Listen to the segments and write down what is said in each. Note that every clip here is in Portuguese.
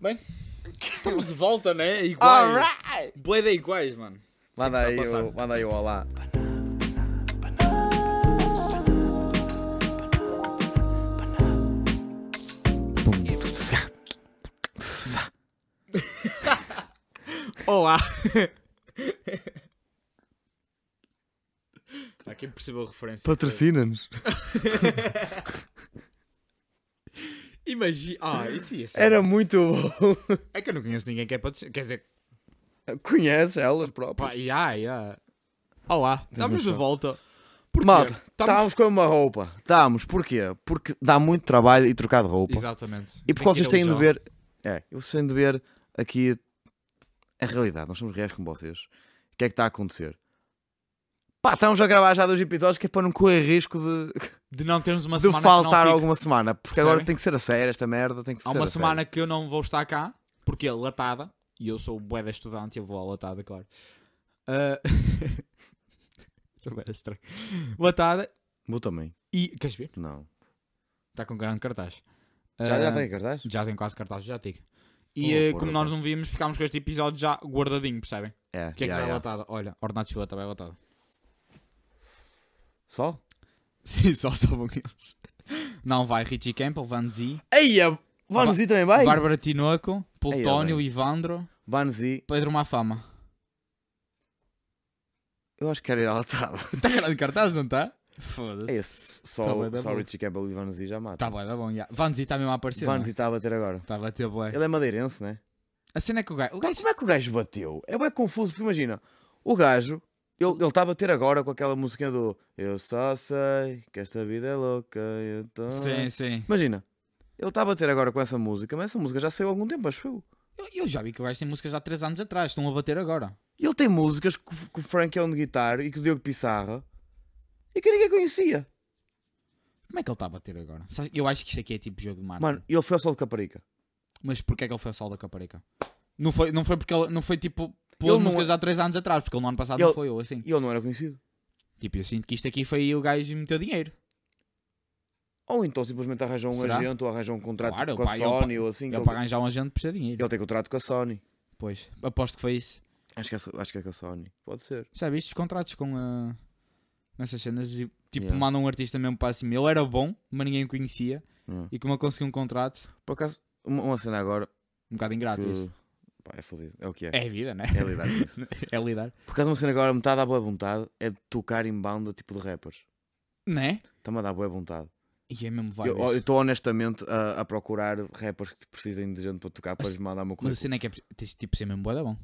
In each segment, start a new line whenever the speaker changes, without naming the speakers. Bem, estamos de volta, né? Iguais. Blade é iguais, mano.
Manda aí,
Tem que só
o,
passar.
manda aí o olá.
Olá! Há quem percebeu a referência.
Patrocina-nos.
Imagina. Ah, isso ia ser.
Era um- muito bom.
É que eu não conheço ninguém que é patrocínio. Quer dizer,
Conheces elas próprias?
pá, já, já. Olá, estamos de
noção.
volta.
Malta, tá um
Estamos-
estamos com uma roupa. Estamos, porquê? Porque dá muito trabalho e trocar de roupa.
Exatamente.
E porque vocês têm de
ver
ver. É, vocês têm de ver aqui a realidade. Nós somos reais com vocês. O que é que está a acontecer? Pá, estamos a gravar já dois episódios que é para não correr risco de,
De não termos uma
de
semana.
faltar
que não fique.
alguma semana. Porque
Percebem?
agora tem que ser a sério esta merda. Tem que
Há
ser
uma
a
semana
sério.
que eu não vou estar cá, porque é latada, e eu sou o bué da estudante, eu vou à latada, claro. Ah, Sou bué da estranho. Latada
Vou também.
e. Queres ver?
Não.
Está com grande cartaz.
Já, já
Ah,
tem cartaz?
Já tem quase cartaz, já digo. E
Vou
eh,
pôr
como
outra.
nós não vimos, ficámos com este episódio já guardadinho, percebem?
É,
O que é que
já,
vai
já.
latada? Olha, ordenado de chuleta vai latada.
Só?
Sim, só
um
sabem eles. Não vai Richie Campbell, Van Zee,
Eia! Vanzi também vai?
Bárbara Tinoco, Plutónio,
bem.
Ivandro,
Vanzi,
Pedro Mafama.
eu acho que era ir à latada.
Está Tá grande cartaz, não está? Foda-se.
É esse.
Tá
Só,
bem, tá
só
bom.
Richie Campbell e Vanzi já mata.
Tá bom, tá bom. já. Van Zee está mesmo a aparecer.
Vanzi está a bater agora.
Estava a ter bué.
Ele é madeirense, né?
A cena é que o gajo. O
Pá,
gajo
Como é que o gajo bateu? É bem confuso, porque imagina, o gajo, ele ele está a bater agora com aquela musiquinha do Eu só sei que esta vida é louca, eu tô...
Sim, sim.
Imagina, ele está a bater agora com essa música, mas essa música já saiu há algum tempo, acho eu.
Eu, eu já vi que o gajo tem músicas há 3 anos atrás, estão a bater agora.
E ele tem músicas que o F- que o Frank é um de guitarra e que o Diogo Pissarra e que ninguém conhecia.
Como é que ele está a bater agora? Sabe- Eu acho que isto aqui é tipo jogo de marketing.
Mano, ele foi ao Sol de Caparica.
Mas porquê é que ele foi ao sol da Caparica? Não foi, não foi porque ele. Não foi tipo. Pelas
não-
músicas há 3 anos atrás, porque ele no ano passado
Ele-
não foi eu assim.
E ele não era conhecido.
Tipo, eu sinto que isto aqui foi o gajo meteu dinheiro.
Ou então simplesmente arranjou um
Será?
agente ou arranjou um contrato
Claro, ele
com a
pa- ele
Sony
pa-
ou assim. que
Ele
Ele,
para arranjar um agente precisa de dinheiro.
ele tem contrato com a Sony.
Pois, aposto que foi isso.
Acho que, é, acho que é com a Sony. Pode ser.
Já viste os contratos com a. Nessas cenas, e, tipo,
Yeah.
mandam um artista mesmo para cima. Ele era bom, mas ninguém o conhecia.
Hum.
E como eu consegui um contrato,
Por acaso, uma, uma cena agora
um bocado ingrato isso.
que... Pá, é fodido. É o que é.
É a vida, né?
É lidar com isso.
É lidar.
Por acaso, uma cena agora me está a dar boa vontade é de tocar em banda tipo de rappers.
Né?
Está-me a dar boa vontade.
E é mesmo vai.
Eu eu estou honestamente a, a procurar rappers que precisem de gente para tocar para
Mas-
lhes mandar uma
Mas a
coisa.
cena é que é preciso- tens de, tipo ser mesmo boeda bom.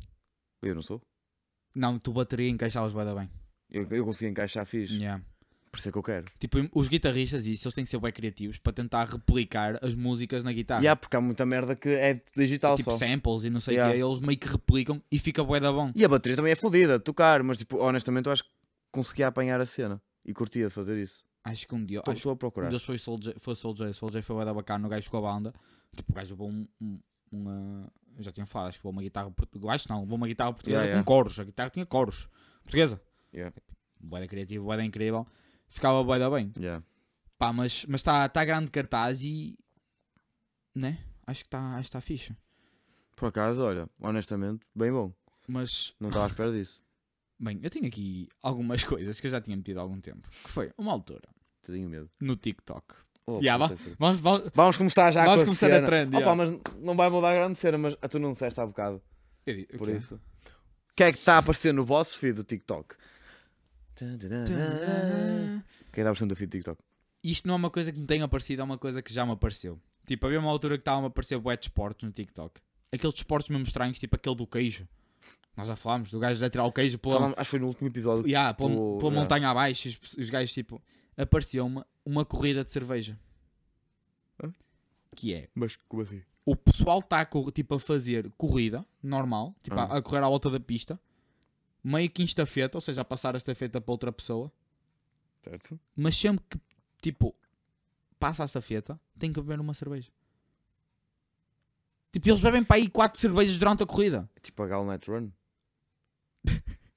Eu não sou.
Não, tu bateria encaixavas boeda bem.
Eu, eu consegui encaixar fixe.
Yeah.
Por isso é que eu quero.
Tipo, os guitarristas e isso, eles têm que ser bem criativos para tentar replicar as músicas na guitarra.
E há porque há muita merda que é digital
Tá. tipo
só.
samples e não sei o
Yeah.
que, eles meio que replicam e fica bué da bom.
E a bateria também é fodida de tocar, mas tipo, honestamente eu acho que conseguia apanhar a cena. E curtia de fazer isso.
Acho que um dia, acho
Estou a
que um
procurar.
deles foi o Soul J, foi o Soul J, o Soul J foi bué da bacana, o gajo com a banda, tipo, o gajo levou um, um- uma, eu já tinha falado, acho que levou uma guitarra, portu- eu acho que não, levou uma guitarra portuguesa
Yeah, yeah.
com coros, a guitarra tinha coros, portuguesa.
Yeah.
Bué da criativa, bué da incrível, ficava bué da bem.
Yeah.
Pá, mas está mas tá, tá grande cartaz e, né, acho que está tá fixe.
Por acaso, olha, honestamente, bem bom.
Mas
Não estava à espera disso.
Bem, eu tenho aqui algumas coisas que eu já tinha metido há algum tempo. Que foi uma altura
Tenho medo.
no TikTok.
Oh,
Já,
puta que-
Vamos, vamos.
Vamos começar já
Vamos
com a
começar
cena.
a trend,
Opa,
já.
mas não vai mudar a grande cena, mas a tu não disseste há bocado.
Eu digo,
Por
ok.
isso. O que é que está a aparecer no vosso feed do TikTok? Quem é está aparecendo do feed do TikTok?
Isto não é uma coisa que me tenha aparecido, é uma coisa que já me apareceu. Tipo, havia uma altura que estava-me a aparecer bué de esportes no TikTok. Aqueles esportes mesmo estranhos, tipo aquele do queijo. Nós já falámos, do gajo de tirar o queijo pela,
Falámos- acho que foi no último episódio.
Yeah, pela-
tipo,
pela
yeah.
montanha abaixo. e Os, os gajos, tipo, apareceu-me uma corrida de cerveja.
Hã?
Que é
Mas como assim?
o pessoal está tipo, a fazer corrida normal, tipo, a, a correr à volta da pista, meio que em estafeta, ou seja, a passar a estafeta para outra pessoa,
Certo?
mas sempre que tipo, passa a estafeta, tem que beber uma cerveja. Tipo, eles bebem para aí 4 cervejas durante a corrida.
Tipo a Gal Night Run.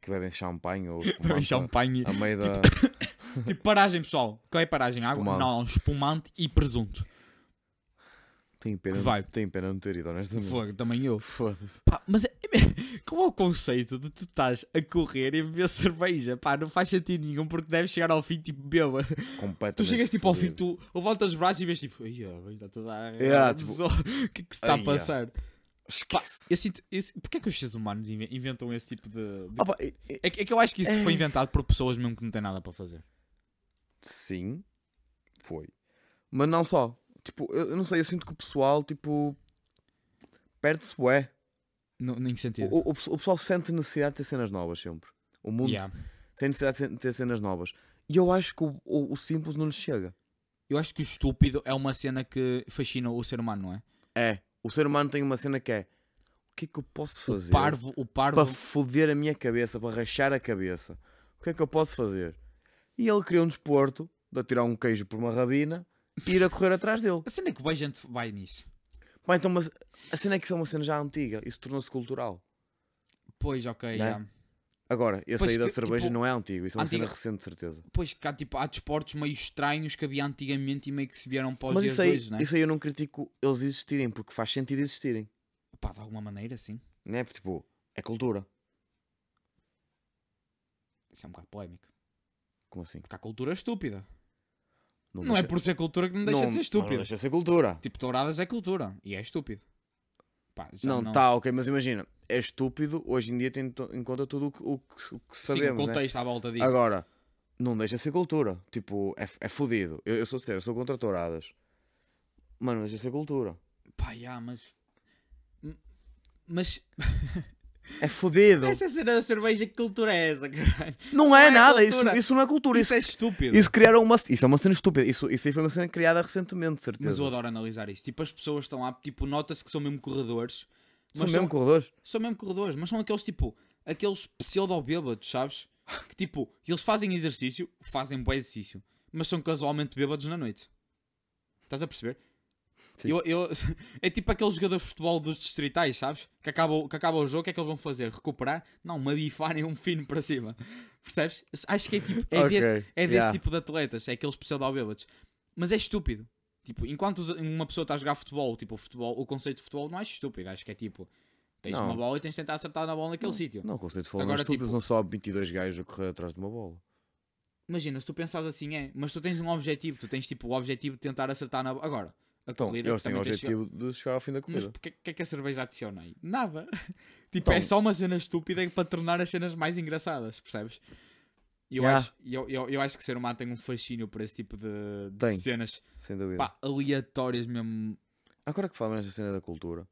que bebem champanhe ou
Bebem
espumante
champanhe.
A meio da.
Tipo, paragem, pessoal. Qual é a paragem? Água?
Espumante.
Não, espumante e presunto.
Tenho pena,
Que
de-
vibe.
tenho pena de não ter ido, honestamente.
Fogo, também eu.
Foda-se.
Pá, mas é, é- qual é o conceito de tu estás a correr e a beber cerveja? Pá, não faz sentido nenhum porque deves chegar ao fim tipo beba.
Completamente.
Tu chegas tipo ao fim,
fodido.
tu levantas os braços e vês tipo, ai, ó, bem, está toda a
Yeah, tipo,
só- o que é que se está a
"Ai, ó."
passar? Pá,
Esquece.
eu sinto, eu sinto- porquê é que os seres humanos inven- inventam esse tipo de. de-
Opa, e- e-
É, que, é que eu acho que isso foi
É.
inventado por pessoas mesmo que não têm nada para fazer.
Sim, foi. Mas não só. Tipo, eu, eu não sei, eu sinto que o pessoal, tipo, perde-se bué.
No, em que
O,
sentido?
o, o pessoal- o pessoal sente necessidade de ter cenas novas sempre. O mundo
Yeah.
tem necessidade de cen- ter cenas novas. E eu acho que o, o- o simples não lhes chega.
Eu acho que o estúpido é uma cena que fascina o ser humano, não é?
É, o ser humano tem uma cena que é: o que é que eu posso fazer
O parvo, o parvo.
para foder a minha cabeça, para rachar a cabeça? O que é que eu posso fazer? E ele criou um desporto de atirar um queijo por uma rabina e ir a correr atrás dele.
A cena é que vai gente vai nisso.
Pá, então, mas a cena é que isso é uma cena já antiga, isso tornou-se cultural.
Pois, ok.
Né?
yeah.
Agora, esse
Pois
aí da
que,
cerveja
tipo,
não é antigo, isso é uma cena
antiga.
recente, de certeza.
Pois cá tipo, há desportos meio estranhos que havia antigamente e meio que se vieram para os
mas
dias
isso
de
aí,
hoje, né?
isso aí eu não critico eles existirem, porque faz sentido existirem.
Pá, de alguma maneira, sim.
Não é? Porque, tipo, é cultura.
Isso é um bocado polémico.
Como assim?
Porque há cultura estúpida. Não,
deixa-
é por ser cultura que não deixa de ser
mas
estúpido.
Não deixa de ser cultura.
Tipo, touradas é cultura e é estúpido. Pá, já
não, tá, ok, mas imagina, é estúpido, hoje em dia tem to- em conta tudo o que, o que- o que
Sim, o
sabemos, né?
contexto à volta disso.
Agora, não deixa de ser cultura. Tipo, é, é fodido. Eu, eu sou sério, eu sou contra touradas. Mas não deixa de ser cultura.
Pá, já, mas. M- Mas
É fodido.
essa cena da cerveja, que cultura é essa, caralho?
Não é
é
nada, isso,
cultura.
isso não é cultura.
Isso
Isso,
é estúpido.
isso criaram uma. Isso é uma cena estúpida. Isso, isso aí foi uma cena criada recentemente, de certeza.
Mas eu adoro analisar isso. Tipo, as pessoas estão lá, tipo, nota-se que são mesmo corredores.
São
Mas
mesmo
são,
corredores.
são mesmo corredores, mas são aqueles tipo, aqueles pseudo-bêbados, sabes? Que tipo, eles fazem exercício, fazem bom exercício, mas são casualmente bêbados na noite. Estás a perceber?
Sim.
Eu- eu- é tipo aqueles jogadores de futebol dos distritais, sabes? Que acaba, o- que acaba o jogo, o que é que eles vão fazer? Recuperar? Não, uma bifarem um fino para cima. Percebes? Acho que é tipo, é,
Ok,
desse, é desse
yeah.
tipo de atletas, é aqueles pseudo-bêbados. Mas é estúpido. Tipo, enquanto os- uma pessoa está a jogar futebol, tipo, o futebol, o conceito de futebol não acho estúpido, acho que é tipo, tens
Não.
uma bola e tens de tentar acertar na bola naquele sítio.
Não, o conceito de falar
Agora,
estúpidos
tipo-
não só 22 gajos a correr atrás de uma bola.
Imagina, se tu pensares assim, é, mas tu tens um objetivo, tu tens tipo o objetivo de tentar acertar na bola. Agora, a
Então,
corrida
eles têm o
também tens de chegar-
objetivo tipo de chegar ao fim da
Mas
corrida.
o que, que é que a cerveja adiciona aí? Nada. Tipo,
Então-
é só uma cena estúpida para tornar as cenas mais engraçadas, percebes? E Eu,
Yeah.
acho, eu, eu, eu acho que o ser humano tem um fascínio por esse tipo de, de
Tem.
cenas
Sem dúvida.
pá, aleatórias mesmo.
Agora que falamos nesta cena da cultura,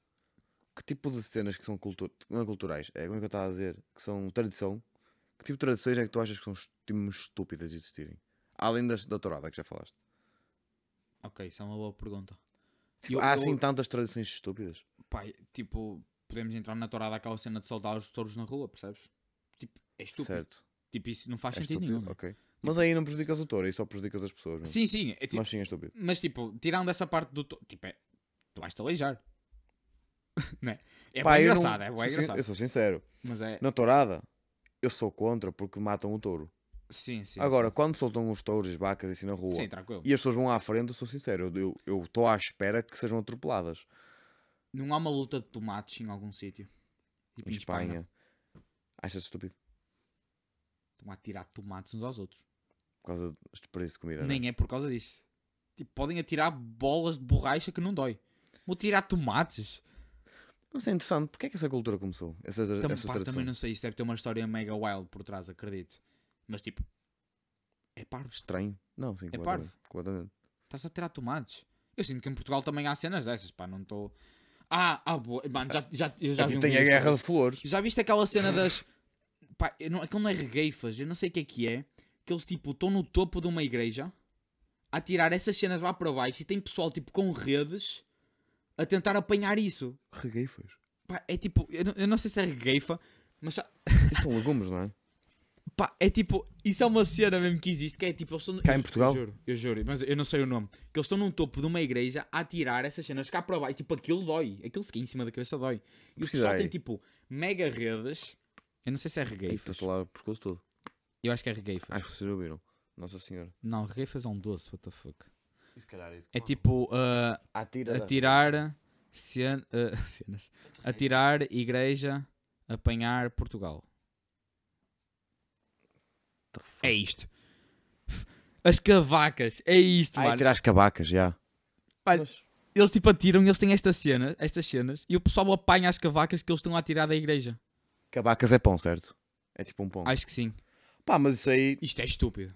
que tipo de cenas que são cultu- não é culturais? É como é que eu estava a dizer? Que são tradição. Que tipo de tradições é que tu achas que são est- tipo, estúpidas de existirem? Além das da tourada que já falaste.
Ok, isso é uma boa pergunta.
Tipo,
Eu- eu-
há assim tantas tradições estúpidas?
Pá, tipo, podemos entrar na torada aquela cena de soltar os touros na rua, percebes? Tipo, é estúpido.
Certo.
Tipo, isso não faz
É
sentido
estúpido,
nenhum. Tipo-
ok. Mas aí não prejudicas o touro, aí só prejudicas as pessoas. não é?
Sim, sim. É, tipo,
Mas sim, é estúpido.
Mas tipo, tirando essa parte do. to- Tipo, é, tu vais-te aleijar. Não é? É
Pá,
bem
eu não-
engraçado, é
sou
bem
sin-
engraçado.
Eu sou sincero.
Mas é.
Na tourada, eu sou contra porque matam o touro.
Sim, sim.
Agora, quando soltam os touros e as vacas assim na rua
sim. Sim, tranquilo.
e as pessoas vão à frente, eu sou sincero. eu- Eu estou à espera que sejam atropeladas.
Não há uma luta de tomates em algum sítio. Tipo,
em Espanha. Achas estúpido
Estão a tirar tomates uns aos outros.
por causa dos preços de comida? né?
Nem é por causa disso. Tipo, podem atirar bolas de borracha que não dói. Vou tirar tomates.
Mas é interessante, porque é que essa cultura começou? Essa, é
Tam-
essa
pá,
tradição.
também não sei, isso deve ter uma história mega wild por trás, acredito. Mas tipo, é parvo.
Estranho. Não, sim,
É
completamente. completamente.
Estás a tirar tomates. Eu sinto que em Portugal também há cenas dessas, pá, não estou. Ah, ah, boa. Mano, já, já, eu já vi um
É Tem a
vídeo
guerra de
sobre
flores.
isso. Já viste aquela cena das. Pá, eu não, aquilo não é regueifas, eu não sei o que é que é. Que eles, tipo, estão no topo de uma igreja a tirar essas cenas lá para baixo e tem pessoal, tipo, com redes a tentar apanhar isso.
Regueifas.
Pá, é tipo, eu não, eu não sei se é regueifa, mas já-
Isto são legumes, não é?
Pá, é tipo, isso é uma cena mesmo que existe, que é tipo, eles estão...
Cá em
eu-
Portugal?
Eu juro, eu juro, mas eu não sei o nome. Que eles estão num topo de uma igreja a tirar essas cenas cá para baixo, tipo, aquilo dói, aquele skin em cima da cabeça dói. E o pessoal
Pesquisei.
tem tipo, mega redes, eu não sei se é
Ei, Estou a
regueifas,
falar o pescoço todo.
eu acho que é regueifas.
Ah. Acho que vocês ouviram. Nossa Senhora.
Não, regueifas é um doce, what the fuck.
E se calhar é isso que
É tipo ah,
Atira da-
atirar cen- ah, cenas. Atirar, igreja, apanhar Portugal.
What the fuck?
É isto. As cavacas, é isto,
Ah,
mano.
atirar as cabacas, já.
Olha, Eles tipo atiram e eles têm esta cena, estas cenas e o pessoal apanha as cavacas que eles estão a atirar da igreja.
Cabacas é pão, certo? É tipo um pão.
Acho que sim.
Pá, mas isso aí
Isto é estúpido.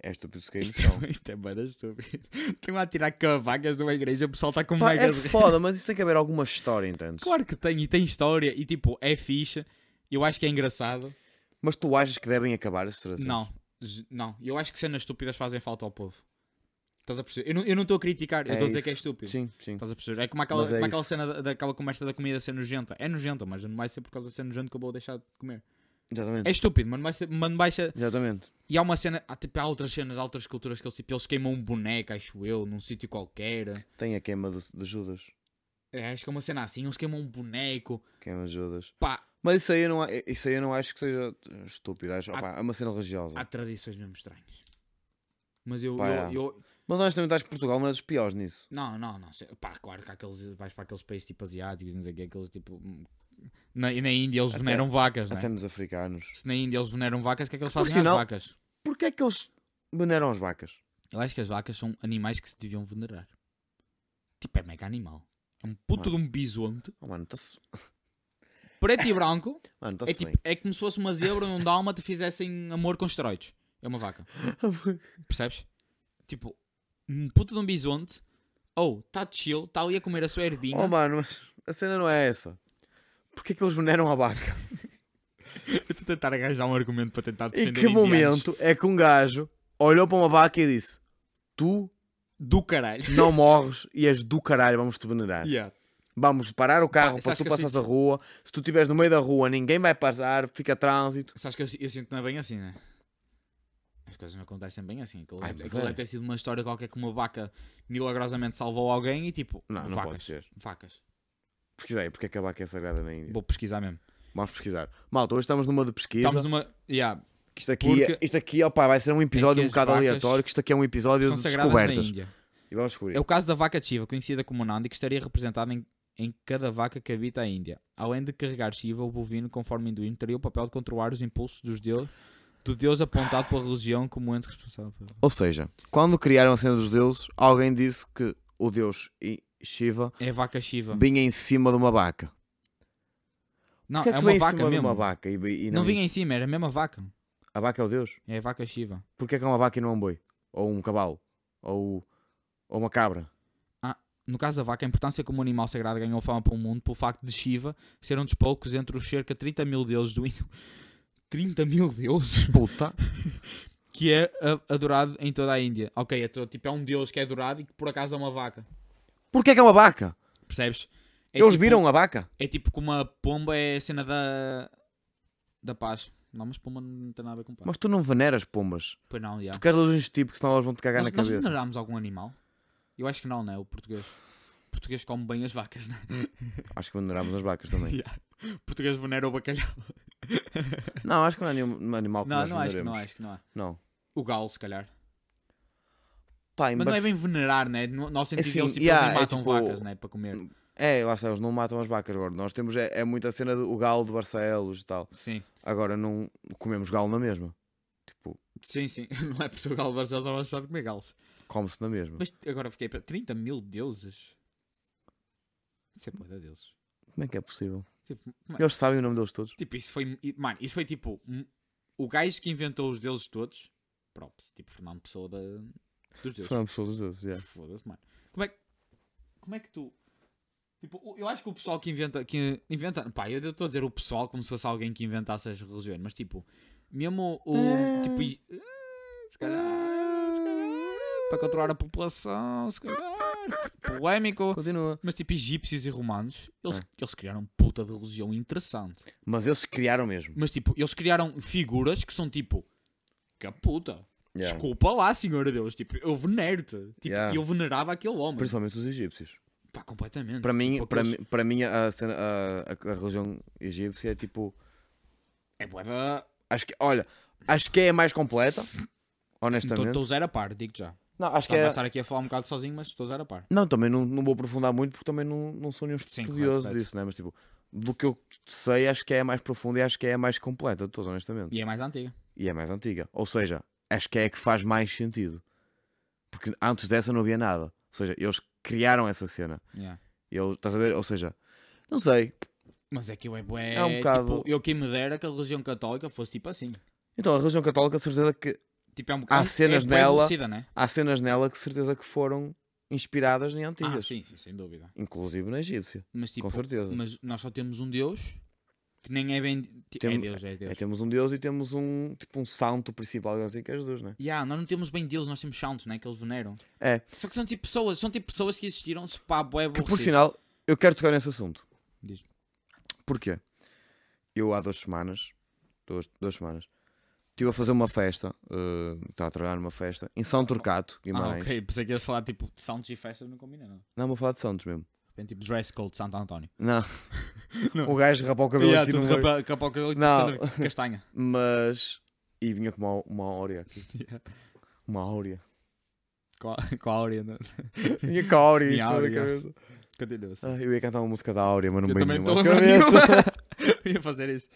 é estúpido se cair no
Isto,
chão.
é- isto é bada estúpido. Estão a atirar cavacas de uma igreja, o pessoal está com
Pá,
mega.
é foda, mas isso tem que haver alguma história, entendes?
Claro que tem, e tem história, e tipo, é ficha. Eu acho que é engraçado.
Mas tu achas que devem acabar as tradições?
Não, z- não. Eu acho que cenas estúpidas fazem falta ao povo. Estás a perceber? Eu não- Eu não estou a criticar, eu
É
estou a dizer que é
isso.
estúpido.
Sim, sim.
Estás a perceber? É como aquela,
Mas é
como aquela
isso.
cena da- daquela conversa da comida ser nojenta. É nojenta, mas não vai ser por causa de ser nojento que eu vou deixar de comer. É
Exatamente.
estúpido, mas não vai ser. Mas não vai ser...
Exatamente.
E há uma cena, há, tipo, há outras cenas, há outras culturas que eles, tipo, eles queimam um boneco, acho eu, num sítio qualquer.
Tem a queima de, de Judas.
É, acho que é uma cena assim, eles queimam um boneco.
Queima de Judas.
Pá,
Mas isso aí eu não, a- isso aí eu não acho que seja estúpido. Acho, opá, é uma cena religiosa.
há tradições mesmo estranhas. Mas eu,
Pá,
eu,
é.
eu-
Mas honestamente acho que Portugal não é dos piores nisso.
Não, não, não. se- Pá, claro que há aqueles. Vais para aqueles países tipo asiáticos, não sei o que, aqueles tipo. hum, Na, e na Índia eles
Até-
veneram vacas, né?
Até nos africanos.
Se na Índia eles veneram vacas, o que é que eles
Por
fazem
sinal-
às vacas?
Porquê é que eles veneram as vacas?
Eu acho que as vacas são animais que se deviam venerar. Tipo, é mega animal. É um puto de um bisonte,
Oh, mano, está-se
preto e branco.
mano, tá
É,
se
tipo, é como se fosse uma zebra ou um dálmata fizessem amor com esteroides. É uma vaca.
bem.
Percebes? Tipo, um puto de um bisonte. Ou, está chill, está ali a comer a sua ervinha.
Oh, mano, mas a cena não é essa. Porquê é que eles veneram a vaca?
Eu estou a tentar arranjar um argumento para tentar
Em
defender
que
indianos.
momento é que um gajo olhou para uma vaca e disse: Tu
Do caralho.
não morres e és do caralho, vamos te venerar.
Yeah.
Vamos parar o carro
Pá,
para
acho
tu
que
passares
assim-
a rua. Se tu estiveres no meio da rua, ninguém vai passar, fica trânsito.
Sabes que eu, eu sinto-me bem assim, né? As coisas não acontecem bem assim. Aquilo,
Ai,
deve,
mas
aquilo
é.
deve ter sido uma história qualquer que uma vaca milagrosamente salvou alguém e tipo.
Não, não
vacas,
pode ser.
Vacas.
Pesquisei, porque é que a vaca é sagrada na Índia?
Vou pesquisar mesmo.
Vamos pesquisar. Malta, hoje estamos numa de pesquisa.
Estamos numa. Yeah,
Que Isto aqui, é-
Porque-
isto aqui opa, vai ser um episódio um
as
bocado
vacas
aleatório, que isto aqui é um episódio
são
de
sagradas na
descobertas.
Índia.
E vamos descobrir.
É o caso da vaca Shiva, conhecida como Nandi, que estaria representada em, em cada vaca que habita a Índia. Além de carregar Shiva, o bovino, conforme hinduísmo, teria o papel de controlar os impulsos dos deus, do deus apontado pela religião como ente responsável. por-
Ou seja, quando criaram a cena dos deuses, alguém disse que o deus I- Shiva
É a vaca Shiva.
vinha em cima de uma vaca.
Não,
Porquê
é
que vem
uma
em
vaca
cima
mesmo.
de uma vaca? E, e
não
não
vinha
em...
em cima, era a mesma vaca.
A vaca é o deus?
É a vaca Shiva.
Porquê que é uma vaca e não um boi? Ou um cavalo? Ou, ou uma cabra?
No caso da vaca, a importância como animal sagrado ganhou fama para o mundo pelo facto de Shiva ser um dos poucos entre os cerca de 30 mil deuses do hindu. 30 mil deuses?
Puta!
Que é a- adorado em toda a Índia. Ok, é to- tipo, é um deus que é adorado e que por acaso é uma vaca.
Porquê que é uma vaca?
Percebes? É
Eles
tipo-
viram a vaca?
É tipo como a pomba é a cena da. da paz. Não, mas pomba não tem nada a ver com paz.
Mas tu não veneras pombas.
Pois não, já.
Tu queres religiões tipo que senão elas vão te cagar
Nós,
na
nós
cabeça.
venerámos algum animal? Eu acho que não, né? O português. O português come bem as vacas, né?
Acho que venerámos as vacas também.
O português venera o bacalhau.
Não, acho que não é nenhum nenhum animal que
Não,
nós
não acho que não,
veneremos.
acho que não há.
Não.
O galo, se calhar.
Pá, em
Mas não é
Barce-
bem venerar, né? No nosso sentido,
Assim,
eles, tipo,
yeah,
eles
é
nem matam
tipo-
vacas, né? Para comer.
É, lá está, eles não matam as vacas agora. Nós temos, é, é muita cena do o galo de Barcelos e tal.
Sim.
Agora não comemos galo na mesma. Tipo,
Sim, sim. Não é por ser o galo de Barcelos, não gostar de comer galos.
come-se na mesma.
Mas agora fiquei para 30 mil deuses. Isso é muita deuses.
Como é que é possível?
Tipo, mano,
Eles sabem o nome deles todos.
Tipo, isso foi. i- Mano, isso foi tipo. um- O gajo que inventou os deuses todos. Pronto, tipo Fernando Pessoa da, dos deuses.
São pessoas dos deuses, yeah.
Foda-se, mano. Como é, que- como é que tu. Tipo, o- eu acho que o pessoal que inventa. Que inventa pá, eu estou a dizer o pessoal como se fosse alguém que inventasse as religiões, mas tipo. Mesmo o.
Ah.
Tipo. i- ah, Se calhar. se calhar, Para controlar a população, se calhar. Polémico.
Continua.
Mas tipo, egípcios e romanos, eles,
Ah.
eles criaram um puta de religião interessante.
Mas eles criaram mesmo.
Mas tipo, eles criaram figuras que são tipo. Que puta.
Yeah.
Desculpa lá, Senhor Deus. Tipo, eu venero-te. Tipo,
Yeah.
eu venerava aquele homem.
Principalmente os egípcios.
Pá, completamente.
Para mim,
Tipo,
para,
aqueles-
mim- para mim a, cena- a- a- a religião egípcia é tipo.
É bué da.
Acho que, olha, acho que é a mais completa. Honestamente.
Estou zero a par, digo já.
Não, acho que
Estava a
é.
estar aqui a falar um bocado sozinho, mas estou a zero a par.
Não, também não, não vou aprofundar muito porque também não, não sou nenhum
Sim,
estudioso
correto, correto.
disso, né? Mas tipo, do que eu sei, acho que é a mais profunda e acho que é a mais completa de todas, honestamente.
E é mais antiga.
E é mais antiga. Ou seja, acho que é a que faz mais sentido. Porque antes dessa não havia nada. Ou seja, eles criaram essa cena.
Yeah.
Eu, estás a ver? Ou seja, não sei.
Mas é que eu é bué.
É um bocado-
tipo, eu quem me dera que a religião católica fosse tipo assim.
Então, a religião católica, de certeza que
Tipo, é um bocado.
Há cenas
é bué
nela-
aborrecida, né?
há cenas nela que de certeza que foram inspiradas em
Ah,
antigas,
sim, sim, sem dúvida.
inclusive na egípcia,
Mas tipo,
com certeza.
mas nós só temos um Deus que nem é bem. ti- É
Tem-
Deus, é Deus.
É, temos um deus e temos um tipo um santo principal, assim que é Jesus, né?
Yeah, nós não temos bem Deus, nós temos santos, né? Que eles veneram.
É.
Só que são tipo pessoas, são tipo pessoas que existiram, se pá, bué,
Que por
aborrecido.
sinal, eu quero tocar nesse assunto.
Diz.
Porquê? Eu há duas semanas, duas, duas semanas, estive a fazer uma festa, eh, estava a trabalhar numa festa, em São Turcato,
Ah,
Guimarães.
ok. Pensei que ias falar tipo de santos e festas, não combina, não.
Não, vou falar de Santos mesmo.
De repente, tipo dress code de Santo António.
Não. O gajo rapou o cabelo
Yeah,
aqui
tudo
no meio.
capa- capa ao cabelo e tudo
Não.
cena de castanha.
Mas. E vinha com uma, uma áurea aqui. Uma áurea.
Com a, com a áurea, né?
Vinha com a áurea em
Minha
cima da
áurea.
cabeça.
Continua. sim.
Ah, eu ia cantar uma música da Áurea, mas não
assim. Eu
me
também estou
lembro
a
a
lembrar
cabeça.
nenhuma. Ia fazer isso.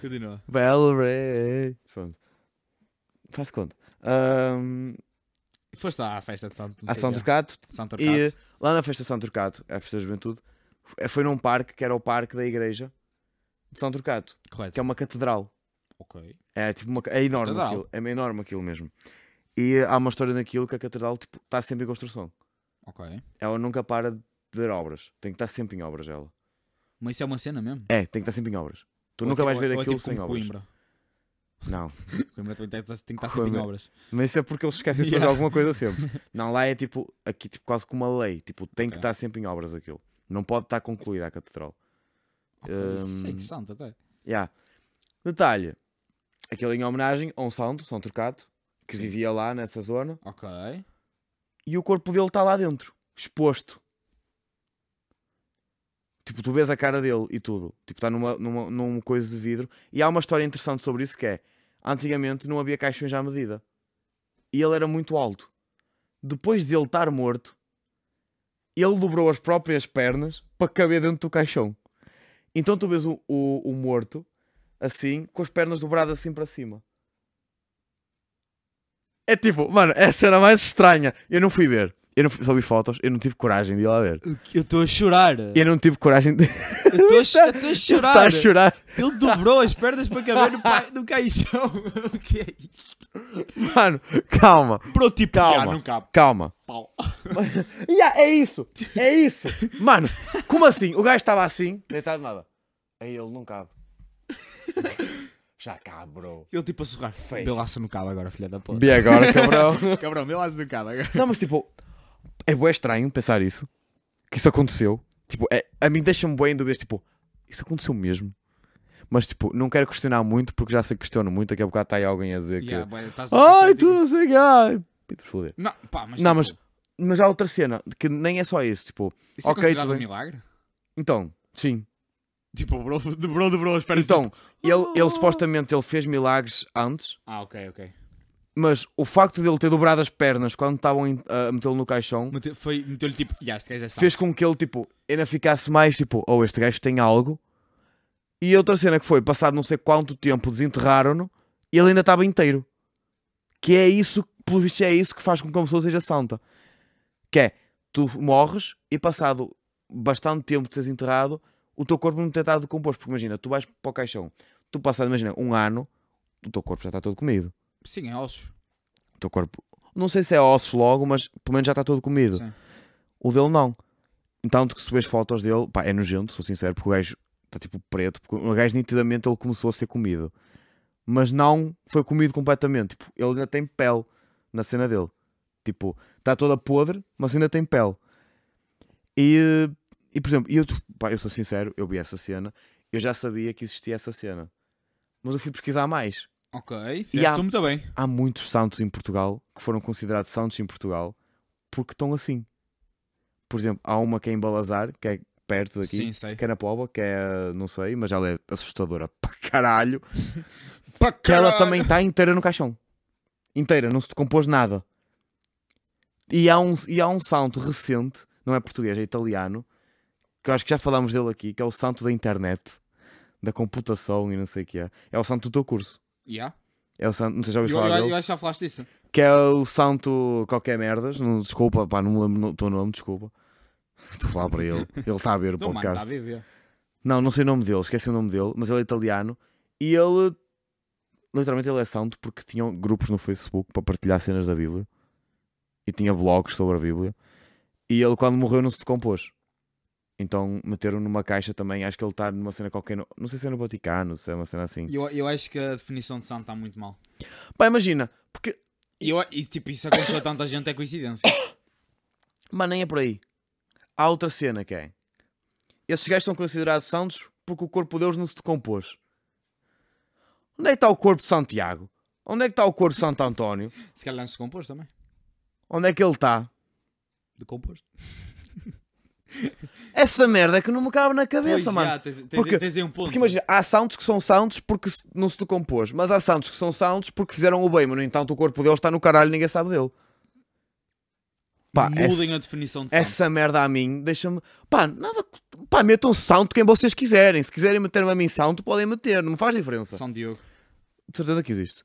Continua.
Valorant. Pronto. Faz-te conta. Ahm,
Foste à festa de Santo
a São Turcato.
Santo
E lá na festa de São Turcato, a festa da juventude, f- foi num parque que era o parque da igreja de São Turcato, que
Correto.
é uma catedral.
Ok.
É tipo uma, ca- é enorme
Catedral.
aquilo, é enorme aquilo mesmo. E há uma história naquilo que a catedral tipo, está sempre em construção.
Ok.
Ela nunca para de ter obras. Tem que estar sempre em obras ela.
Mas isso é uma cena mesmo?
É, tem que estar sempre em obras. Tu
Ou é
nunca
tipo-
vais ver
ou é
aquilo
tipo
sem
como
obras.
Coimbra.
Não.
Coimbra também tem que estar- tem que estar sempre em
Coimbra.
obras.
Mas isso é porque eles esquecem de fazer
Yeah.
alguma coisa sempre. Não, lá é tipo, aqui tipo quase como uma lei. Tipo, tem que
Ok.
estar sempre em obras aquilo. Não pode estar concluída a catedral.
Ok, Isso é
Hum.
interessante até.
Yeah. Detalhe: aquilo em homenagem a um santo, São Turcato, que
Sim.
vivia lá nessa zona,
Ok.
e o corpo dele está lá dentro, exposto. Tipo, tu vês a cara dele e tudo. Tipo, está numa, numa, num coisa de vidro. E há uma história interessante sobre isso que é: antigamente não havia caixões à medida. E ele era muito alto. Depois de ele estar morto, ele dobrou as próprias pernas para caber dentro do caixão. Então tu vês o, o, o morto assim, com as pernas dobradas assim para cima. É tipo, mano, é a cena mais estranha. Eu não fui ver. Eu não fui- só vi fotos, eu não tive coragem de ir lá ver.
Eu estou a chorar.
Eu não tive coragem de
Eu estou
Está-
a
estar a chorar.
Ele dobrou as pernas para caber no, pa- no caixão. o que é isto?
Mano, calma,
Bro, tipo,
Calma.
já, não cabe.
calma.
Pau.
Yeah, é isso, é isso. Mano, como assim? O gajo estava assim, deitado nada. Aí ele não cabe. Já cabe, bro.
Ele tipo a sorrar.
Fecha.
Belaço no cabo agora, filha da puta.
Vi agora, cabrão.
Cabrão, belaço no cabo agora.
Não, mas tipo, é bué estranho pensar isso. Que isso aconteceu. Tipo, é, a mim deixa-me bué em dúvidas. Tipo, isso aconteceu mesmo. Mas tipo, não quero questionar muito porque já sei que questiono muito. Daqui a bocado está aí alguém a dizer
Yeah,
que.
boy, estás a
Ai,
ser
tu
tipo-
não sei o que. Ai, Pedro, foder.
Não, pá, mas.
Não,
tipo,
Mas há outra cena que nem é só isso. Tipo,
Isso é
Ok,
considerado
tudo
um
bem.
milagre?
então, sim.
Tipo, o bro dobrou, dobrou as pernas.
Então, ele, ele supostamente ele fez milagres antes.
Ah, ok, ok.
Mas o facto de ele ter dobrado as pernas quando estavam em- a metê-lo no caixão
Meteu- foi- Meteu-lhe tipo, já, este gajo é santo.
fez com que ele, tipo, ainda ficasse mais tipo, ou este gajo tem algo. E outra cena que foi, passado não sei quanto tempo, desenterraram-no e ele ainda estava inteiro. Que é isso, pelo visto, é isso que faz com que uma pessoa seja santa. Que é, tu morres e passado bastante tempo de seres enterrado, o teu corpo não está decomposto. Porque imagina, tu vais para o caixão, tu passado, imagina, um ano, o teu corpo já está todo comido.
Sim, é ossos.
O teu corpo, não sei se é ossos logo, mas pelo menos já está todo comido.
Sim.
O dele não. Tanto que se tu vês fotos dele, pá, é nojento, sou sincero, porque o gajo está tipo preto, porque o gajo nitidamente ele começou a ser comido. Mas não foi comido completamente, tipo, ele ainda tem pele na cena dele. Tipo, está toda podre, mas ainda tem pele. E, e por exemplo, eu, pá, eu sou sincero, eu vi essa cena, eu já sabia que existia essa cena. Mas eu fui pesquisar mais
Ok,
E há-
fizeste tu muito bem.
há muitos santos em Portugal que foram considerados santos em Portugal porque estão assim. Por exemplo, há uma que é em Balazar, que é perto daqui,
Sim, sei.
que é na Póvoa, que é, não sei, mas ela é assustadora para caralho,
Pá,
que ela tá
caralho!
também está inteira no caixão. Inteira, não se decompôs nada. E há, um, e há um santo recente, não é português, é italiano, que eu acho que já falámos dele aqui, que é o santo da internet, da computação e não sei o que é. É o santo do teu curso.
Yeah.
É o santo, não sei se já
Eu,
ouviste
eu,
falar
eu
dele.
acho que já falaste disso.
Que é o santo qualquer merdas. Não, desculpa, pá, não me lembro no- o teu nome, desculpa. Estou a falar para ele. Ele está a ver o
Não, Então, mano, tá está a
podcast.
viver.
Não, não sei o nome dele, esqueci o nome dele, mas ele é italiano e ele literalmente ele é santo porque tinham grupos no Facebook para partilhar cenas da Bíblia e tinha blogs sobre a Bíblia e ele quando morreu não se decompôs. Então meteram numa caixa também, acho que ele está numa cena qualquer, no- não sei se é no Vaticano, se é uma cena assim.
Eu, eu acho que a definição de santo está muito mal.
Pá, imagina, porque,
E, eu, e tipo, isso aconteceu a tanta gente é coincidência.
mas nem é por aí. Há outra cena que é, esses gajos são considerados santos porque o corpo deles não se decompôs. Onde é que está o corpo de Santiago? Onde é que está o corpo de Santo António?
Se calhar não se compôs também.
Onde é que ele está?
Decomposto.
Essa merda é que não me cabe na cabeça,
Pois,
mano.
já, tens, tens,
Porque-
tens aí um ponto.
Porque imagina, há santos que são santos porque se- não se decompôs, mas há santos que são santos porque fizeram o bem, mas no entanto o corpo deles está no caralho e ninguém sabe dele. Pá,
Mudem
essa,
a definição de santo.
essa merda a mim deixa-me. Pá, nada. Pá, metam santo quem vocês quiserem. Se quiserem meter-me a mim santo, podem meter, não me faz diferença.
São Diogo.
De certeza que existe.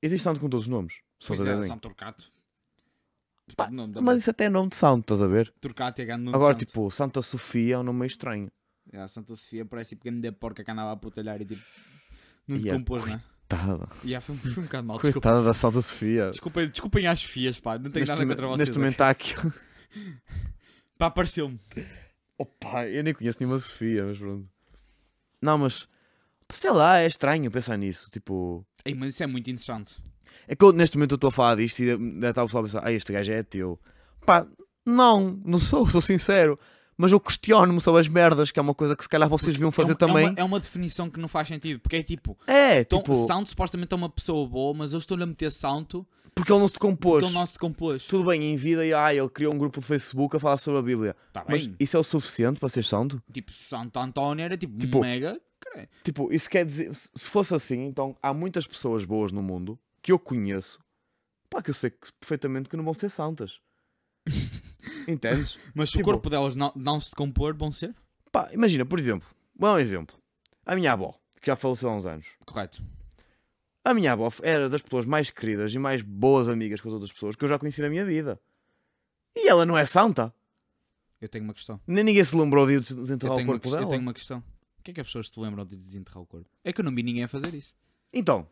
Existe santo com todos os nomes. se
Pois
fores a ver
é,
bem.
São Turcato.
Pá,
Tipo, nome da-
Mas isso até é nome de santo, estás a ver?
Turcato é grande nome de
Agora,
santo.
tipo, Santa Sofia é um nome meio estranho.
Yeah, Santa Sofia parece tipo grande porca que andava a putalhar e tipo. Não
Yeah,
decompôs, não é?
Coitada.
Yeah, foi, foi um bocado mal. Desculpa.
Coitada da Santa Sofia.
Desculpem, desculpem às fias, pá. Não tenho
Neste,
nada
momen-
contra vocês.
neste momento está aqui. um-
Pá, apareceu-me.
Opa, eu nem conheço nenhuma Sofia, mas pronto. Não, mas sei lá, é estranho pensar nisso. Tipo,
Ei, mas isso é muito interessante.
é que eu, neste momento eu estou a falar disto e deve estar o pessoal a pensar, ah, este gajo é teu. Pá, não, não sou, sou sincero. Mas eu questiono-me sobre as merdas, que é uma coisa que se calhar vocês deviam fazer
é, uma-
também.
É uma, é uma definição que não faz sentido, porque é tipo.
É,
Tom,
tipo,
Sound supostamente é uma pessoa boa, mas eu estou-lhe a meter Sound
porque ele não se
porque
compôs.
ele não se decompôs.
Tudo bem, em vida, e ah, ele criou um grupo de Facebook a falar sobre a Bíblia.
Tá
Mas
bem.
isso é o suficiente para ser santo?
Tipo, Santo António era tipo,
Tipo-
mega.
Tipo, isso quer dizer, se se fosse assim, então há muitas pessoas boas no mundo que eu conheço, pá, que eu sei que- perfeitamente que não vão ser santas. Entendes?
Mas se o
Tipo-
corpo delas não, não se decompor, vão ser?
Pá, imagina, por exemplo, vou dar um exemplo. A minha avó, que já faleceu há uns anos,
Correto.
a minha avó era das pessoas mais queridas e mais boas amigas com as outras pessoas que eu já conheci na minha vida. E ela não é santa.
Eu tenho uma questão.
Nem ninguém se lembrou de des-
Eu
desenterrar o
tenho, uma,
corpo
quest- eu
dela.
tenho uma questão. O que é que as pessoas se lembram de desenterrar o corpo? É que eu não vi ninguém a fazer isso.
Então,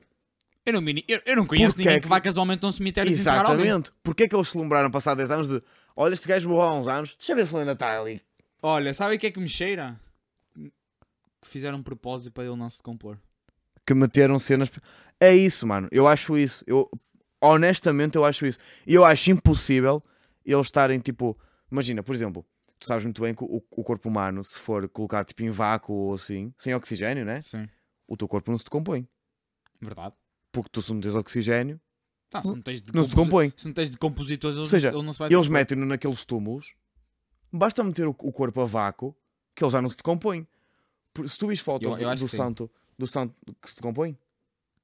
Eu não, vi ni- eu, eu não conheço
Porque é
ninguém que...
que-
vá casualmente a um cemitério desenterrar alguém.
exatamente. Porquê é que eles se lembraram passado 10 anos de olha, este gajo morreu há uns anos, deixa eu ver se ele ainda está ali.
Olha, sabe o que é que me cheira? Que fizeram um propósito para ele não se decompor.
que meteram cenas. É isso, mano. Eu acho isso. Eu, honestamente, eu acho isso. E eu acho impossível eles estarem tipo. Imagina, por exemplo, tu sabes muito bem que o, o corpo humano, se for colocado tipo em vácuo ou assim, sem oxigênio, né?
Sim.
O teu corpo não se decompõe.
Verdade.
Porque tu, se não tens oxigênio,
Tá, se não tens
não se decompõe.
Se não tens de compositores, eles,
seja,
ele não se vai
Eles
decompor.
metem-no naqueles túmulos. Basta meter o, o corpo a vácuo que ele já não se decompõe. Por- Se tu vês fotos
Eu- eu
do,
acho
do
que sim.
santo, do santo que se decompõe,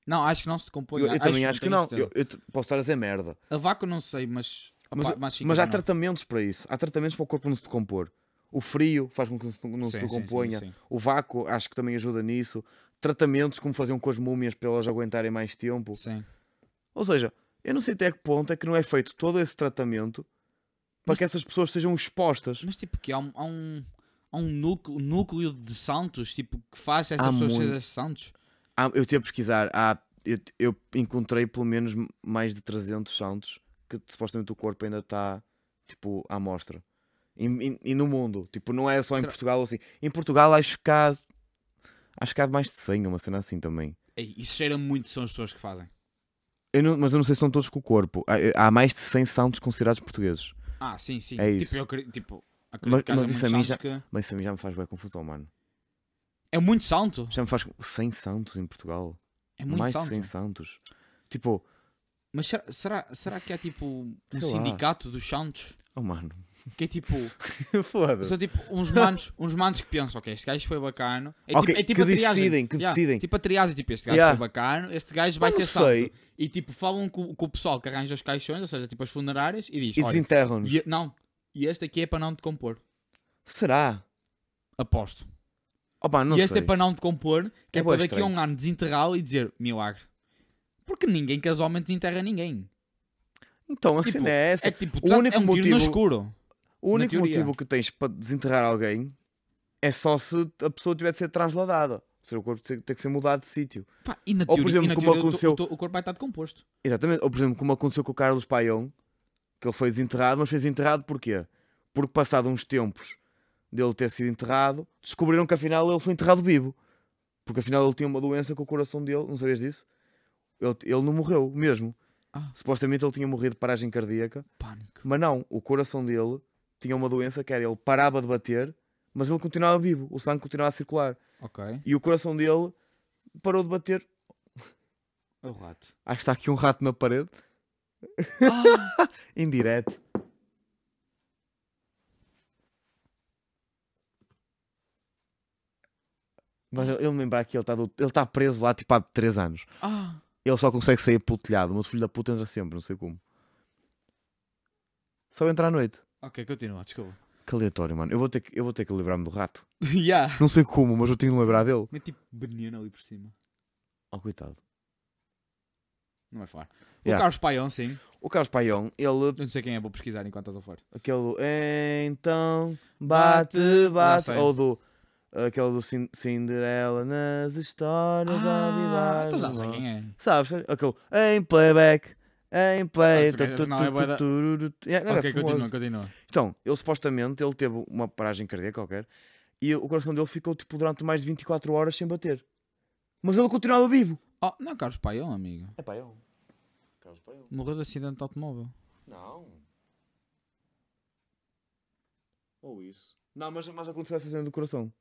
Não, acho que não se decompõe.
eu, eu também acho que não.
tenho
Eu, eu te- posso estar a dizer merda.
certeza. A vácuo não sei, Ah, mas.
Mas,
opá, mas, sim,
mas há
não.
tratamentos para isso. Há tratamentos para o corpo não se decomporre. O frio faz com que não se- não se
Sim, sim, sim,
decomponha.
sim.
O vácuo acho que também ajuda nisso. Tratamentos como faziam com as múmias para elas aguentarem mais tempo.
Sim.
Ou seja, eu não sei até que ponto é que não é feito todo esse tratamento para que essas pessoas sejam expostas.
Mas tipo, que há um. Há um... Há um núcleo, núcleo de santos, tipo, que faz essas
Há
pessoas
muito.
serem santos.
Há- eu tive a pesquisar. Há, eu, eu encontrei pelo menos mais de 300 santos que supostamente o corpo ainda está tipo à mostra. E, e- e no mundo, tipo, não é só em
Será-
Portugal assim. Em Portugal acho que há, acho que há mais de 100, uma cena assim também.
Ei, isso cheira muito, são as pessoas que fazem.
Eu não- mas eu não sei se são todos com o corpo. Há, há mais de 100 santos considerados portugueses.
Ah, sim, sim.
É
tipo,
isso.
eu acredito. Tipo,
Mas-
acredito que haja
mas isso
muitos
a mim
santos
já-
que-
Mas isso a mim já me faz bem confusão, mano.
É muito santo.
Já me faz 100 santos em Portugal.
É muito
mais
santo.
de 100 santos. Tipo,
Mas será, será, será que é tipo um
Sei lá.
sindicato dos santos?
oh mano,
Que é tipo,
Foda-se.
são tipo uns manos, uns manos que pensam, ok, este gajo foi bacano. É
Ok,
tipo, é tipo
que
a triagem.
decidem, que
Yeah,
decidem.
Tipo a triagem, tipo, este gajo
Yeah.
foi bacano, este gajo vai
Eu não
ser santo.
sei.
E tipo, falam com, com o pessoal que arranja os caixões, ou seja, tipo as funerárias, e diz,
E
olha,
desenterram-nos.
e- não, e este aqui é para não te compor.
Será?
Aposto.
Opa, não
e
sei.
este é para não te compor, que é,
É bué
para daqui a
estranho.
um ano desenterrá-lo e dizer milagre. Porque ninguém casualmente desenterra ninguém.
Então, a
Tipo,
cena é essa.
É tipo,
O
tu-
único
é um tiro no
motivo-
escuro.
o único
teoria.
motivo que tens para desenterrar alguém é só se a pessoa tiver de ser trasladada. Ou seja, o corpo tem tem que ser mudado de sítio.
Pá, e na
Ou, por
teoria,
exemplo,
e na
como
teoria o
aconteceu-
teu- o, teu- o corpo vai estar decomposto.
Exatamente. Ou, por exemplo, como aconteceu com o Carlos Paião, que ele foi desenterrado, mas foi desenterrado porquê? Porque passado uns tempos dele ter sido enterrado, descobriram que afinal ele foi enterrado vivo. Porque afinal ele tinha uma doença que o coração dele, não sabias disso? Ele, ele não morreu mesmo.
Ah.
Supostamente ele tinha morrido de paragem cardíaca,
Pânico.
mas não, o coração dele tinha uma doença que era ele parava de bater, mas ele continuava vivo, o sangue continuava a circular.
Ok.
E o coração dele parou de bater.
É o rato.
Acho que está aqui um rato na parede,
Ah,
indireto. Mas eu eu me lembrar que ele está ele tá preso lá tipo há 3 anos.
ah.
Ele só consegue sair pelo telhado, mas o filho da puta entra sempre, não sei como. Só entra à noite.
Ok, continua, desculpa.
Que aleatório, mano. Eu vou ter que, eu vou ter que livrar-me do rato.
yeah.
Não sei como, mas eu tenho de lembrar dele.
Mete tipo veneno ali por cima.
Oh, coitado.
Não vai falar. O
Yeah.
Carlos Paião, sim.
O Carlos Paião, ele.
Eu não sei quem é, vou pesquisar enquanto estás a falar.
Aquele. Então. Bate, bate.
sei.
Ou do. Aquele do Cin- Cinderela nas histórias
Ah,
ao
então já
vivar.
sei quem é.
Sabes? sabes? Aquele. Em playback. Em play.
esse gajo não é bué da-
tu-tu-tu-tu-tu. Yeah, não, é
ok,
famoso.
continua, continua.
Então, ele supostamente ele teve uma paragem cardíaca qualquer e o coração dele ficou tipo durante mais de 24 horas sem bater. Mas ele continuava vivo.
Oh, não é Carlos Paião, amigo.
É Paião. Carlos Paião.
Morreu de acidente de automóvel.
Não. Ou isso. Não, mas, mas aconteceu essa cena do coração.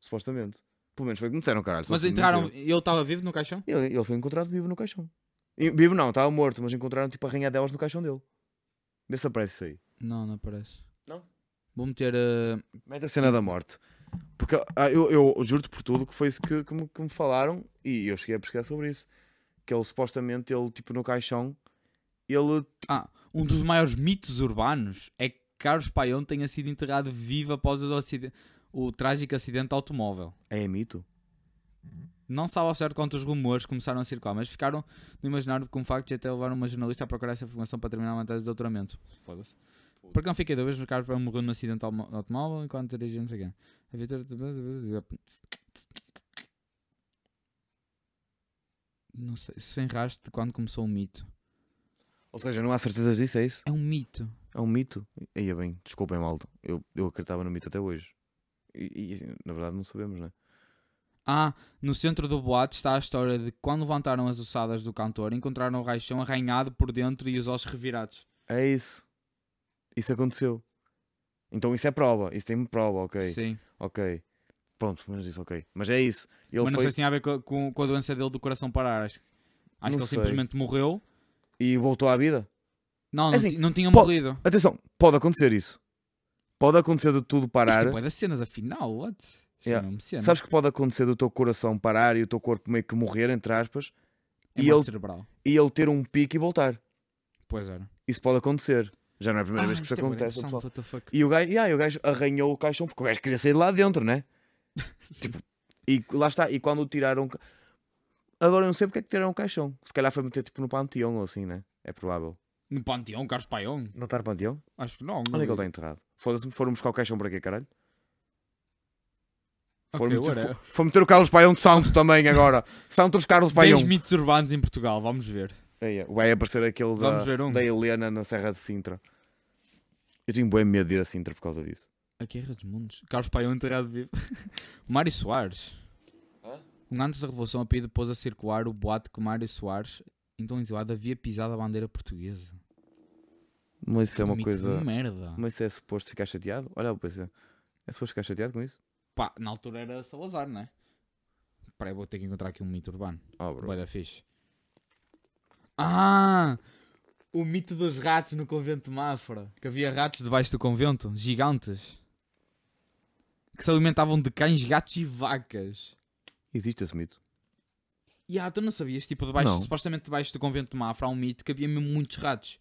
Supostamente. Pelo menos foi o que me disseram, caralho. se
Mas
fosse
entraram.
mentira.
E ele estava vivo no caixão?
Ele, ele foi encontrado vivo no caixão. E- vivo não, estava morto, mas encontraram tipo arranhadelas no caixão dele. Vê se aparece isso aí.
Não, não aparece.
Não?
Vou meter. eh,
Mete a cena da morte. Porque ah, eu, eu juro-te por tudo que foi isso que, que me, que me falaram e eu cheguei a pesquisar sobre isso. Que ele supostamente, ele tipo no caixão, ele.
Ah, um dos maiores mitos urbanos é que Carlos Paião tenha sido enterrado vivo após o, acide- o trágico acidente de automóvel.
É mito?
Não sabe ao certo quantos rumores começaram a circular, mas ficaram no imaginário como facto de até levar uma jornalista a procurar essa informação para terminar uma tese de doutoramento. Foda-se. Porque não fiquei dúvidas, o Carlos Paião morreu num acidente de automó- automóvel enquanto dirigia não sei quem. A vitória... Não sei, sem rastro de quando começou o mito.
Ou seja, não há certezas disso, é isso?
É um mito.
É um mito? Aí é bem, desculpem, malta. Eu, eu acreditava no mito até hoje. E, e, assim, na verdade não sabemos, né?
Ah, no centro do boato está a história de quando levantaram as ossadas do cantor, encontraram o raichão arranhado por dentro e os ossos revirados.
É isso. Isso aconteceu. Então isso é prova. Isso tem prova, ok.
Sim.
Ok. Pronto, pelo menos isso, ok. Mas é isso. Ele
Mas não
foi
sei se tinha a ver co- com, com a doença dele do coração parar. Acho, que- acho
Não
que ele
sei.
simplesmente morreu.
e voltou à vida.
Não,
É
não,
assim,
ti- não tinha
po-
morrido.
Atenção, pode acontecer isso. Pode acontecer de tudo parar.
Isto tipo, é das cenas, afinal, what? Isto
Yeah.
é uma cena.
Sabes que pode acontecer do teu coração parar e o teu corpo meio que morrer, entre aspas,
É
e
morte
ele-
cerebral.
e ele ter um pico e voltar.
Pois era.
Isso pode acontecer. Já não é a primeira
Ah,
vez que isso
isto é bué da
acontece,
interessante,
pessoal.
what the fuck.
E o gajo, yeah, e o gajo arranhou o caixão porque o gajo queria sair de lá dentro, né? tipo, e lá está. E quando o tiraram. ca- Agora eu não sei porque é que tiraram o caixão. Se calhar foi meter tipo no panteão ou assim, né? É provável.
No Panteão, Carlos Paião?
Não está no panteão?
Acho que não.
Onde é que ele está enterrado? Foda-se, foram buscar o caixão para quê, caralho? Foram
Ok,
meter,
ora.
fo- foram meter o Carlos Paião de Santo também agora. Santo dos Carlos
10
Paião.
mitos urbanos em Portugal, vamos ver.
Aí é, Vai aparecer aquele da,
Vamos ver um.
da Helena na Serra de Sintra. Eu tenho bem medo de ir a Sintra por causa disso.
A Guerra é dos Mundos. Carlos Paião enterrado vivo. Mário Soares. Um ano antes da Revolução, a PIDE pôs a circular o boato que Mário Soares, então exilado, havia pisado a bandeira portuguesa. Um
Mas isso é uma
Mito
coisa.
de merda.
Mas isso é suposto ficar chateado? Olha, eu pensei. É suposto ficar chateado com isso?
Pá, na altura era Salazar, não é? Peraí, vou ter que encontrar aqui um mito urbano.
Oh, bro.
Vai da fixe. Ah! O mito dos ratos no convento de Mafra. Que havia ratos debaixo do convento, gigantes. Que se alimentavam de cães, gatos e vacas.
Existe esse mito.
E ah, tu não sabias? Tipo, debaixo,
Não.
supostamente debaixo do convento de Mafra há um mito que havia mesmo muitos ratos.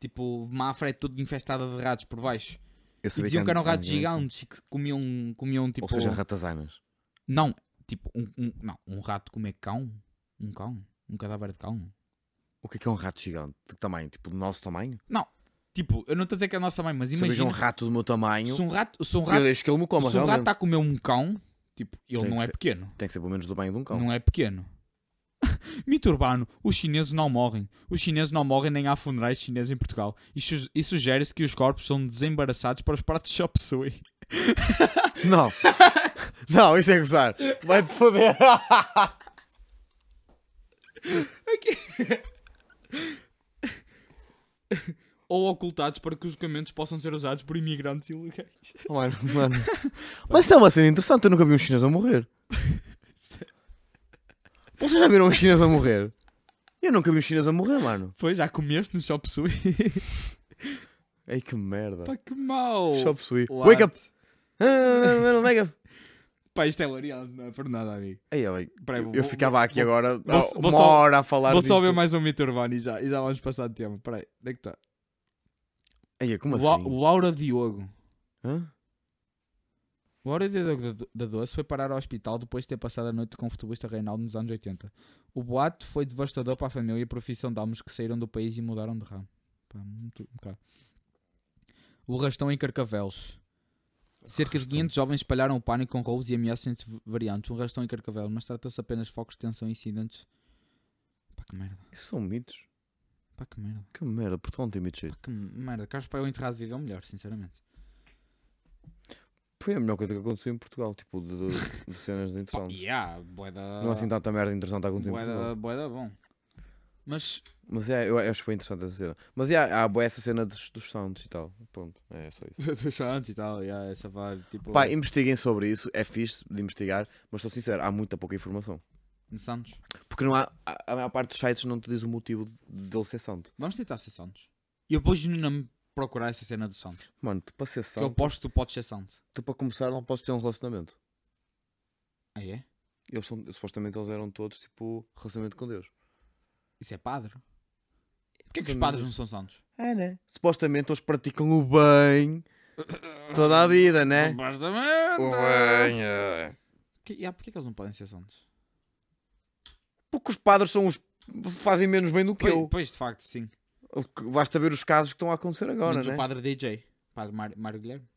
Tipo, Mafra é tudo infestada de ratos por baixo.
Eu
E
sabia
diziam que eram ratos
era uma
gigantes e que comiam, comiam tipo.
criança. Ou seja, ratazanas.
Não, tipo, um, um- não, um rato comer cão? Um cão? Um cadáver de cão?
O que é que é um rato gigante? De que tamanho? Tipo, do nosso tamanho?
Tipo, eu não estou a dizer que é a nossa mãe, mas
Se eu vejo um
imagina.
rato do meu tamanho,
Se um rato, se um
eu
rato,
deixo que ele me coma.
se um rato
realmente.
está a comer um cão, tipo, ele
Tem
não
que
é
ser-
pequeno.
Tem que ser pelo menos do tamanho de um cão.
Não é pequeno. Mito urbano: os chineses não morrem. Os chineses não morrem nem há funerais chineses em Portugal. E, su- e sugere-se que os corpos são desembaraçados para os pratos de chop suey.
Não. não, isso é gozar. Vai-te foder.
Ou ocultados para que os documentos possam ser usados por imigrantes ilegais.
Oh, mano, mano. Mas isso é uma cena interessante. Eu nunca vi um chinês a morrer. Vocês já viram um chinês a morrer? Eu nunca vi um chinês a morrer, mano.
Pois, já comeste no chop suey?
Ei, que merda.
Pá, que mau!
Shop Sui.
What?
Wake up! Ah, não, não, não, wake up!
Pá, isto é lariado, não é por nada, amigo.
Aí, ó, bem,
Peraí, vou-
eu
vou-
ficava aqui agora
vou-
ah,
vou
uma
só-
hora a falar
Vou só
disto.
ver mais um mito urbano e já, e já vamos passar de tema. Peraí, onde é que está?
Aí, como assim?
Laura Diogo.
Hã?
O Áureo Diogo da- da Doce foi parar ao hospital depois de ter passado a noite com o futebolista Reinaldo nos anos 80. O boato foi devastador para a família e a profissão de almos que saíram do país e mudaram de ramo. Pá, muito, um bocado. o rastão em Carcavelos. Cerca de 500 jovens espalharam o pânico com roubos e ameaças entre variantes. Um rastão em Carcavelos, mas trata-se apenas de focos de tensão e incidentes. Pá, que merda.
Isso são mitos.
Pá, que merda.
Que merda, Portugal não tem mitos jeito.
Pá, que merda. Carlos Pai, o enterrado vive é o melhor, sinceramente.
Foi a melhor coisa que aconteceu em Portugal, tipo, de, de- de cenas
Pá,
interessantes.
yeah, bué da-
Não há assim tanta merda interessante a acontecer em
bué da-
Portugal.
bué da bom. Mas
Mas é, eu acho que foi interessante essa cena. Mas é, há boa essa cena dos, dos sounds e tal. Pronto, é só isso.
Dos Santos e tal, yeah, essa vibe, tipo...
Pá, investiguem sobre isso, é fixe de investigar, mas estou sincero, há muita pouca informação.
em Santos.
Porque não há, a, a maior parte dos sites não te diz o motivo dele ser sound.
Vamos tentar ser Santos. E eu vou genuinamente procurar essa cena do Santos.
Mano, tu para ser
Que eu
sound,
aposto que tu podes ser Santos.
tu para começar não podes ter um relacionamento.
Ah, é?
Eles são, supostamente eles eram todos tipo relacionamento com Deus.
Isso é padre? Porquê que os
Também
padres não
disse.
são Santos?
É, né? Supostamente eles praticam o bem toda a vida, né? O
Supostamente!
bem. é.
Que, yeah, porquê que eles não podem ser Santos?
Porque os padres são os fazem menos bem do que
Pois-
eu.
Pois, de facto, sim.
O que- Basta ver os casos que estão a acontecer agora,
Menos o
né?
padre DJ. Padre Mário, Mário Guilherme.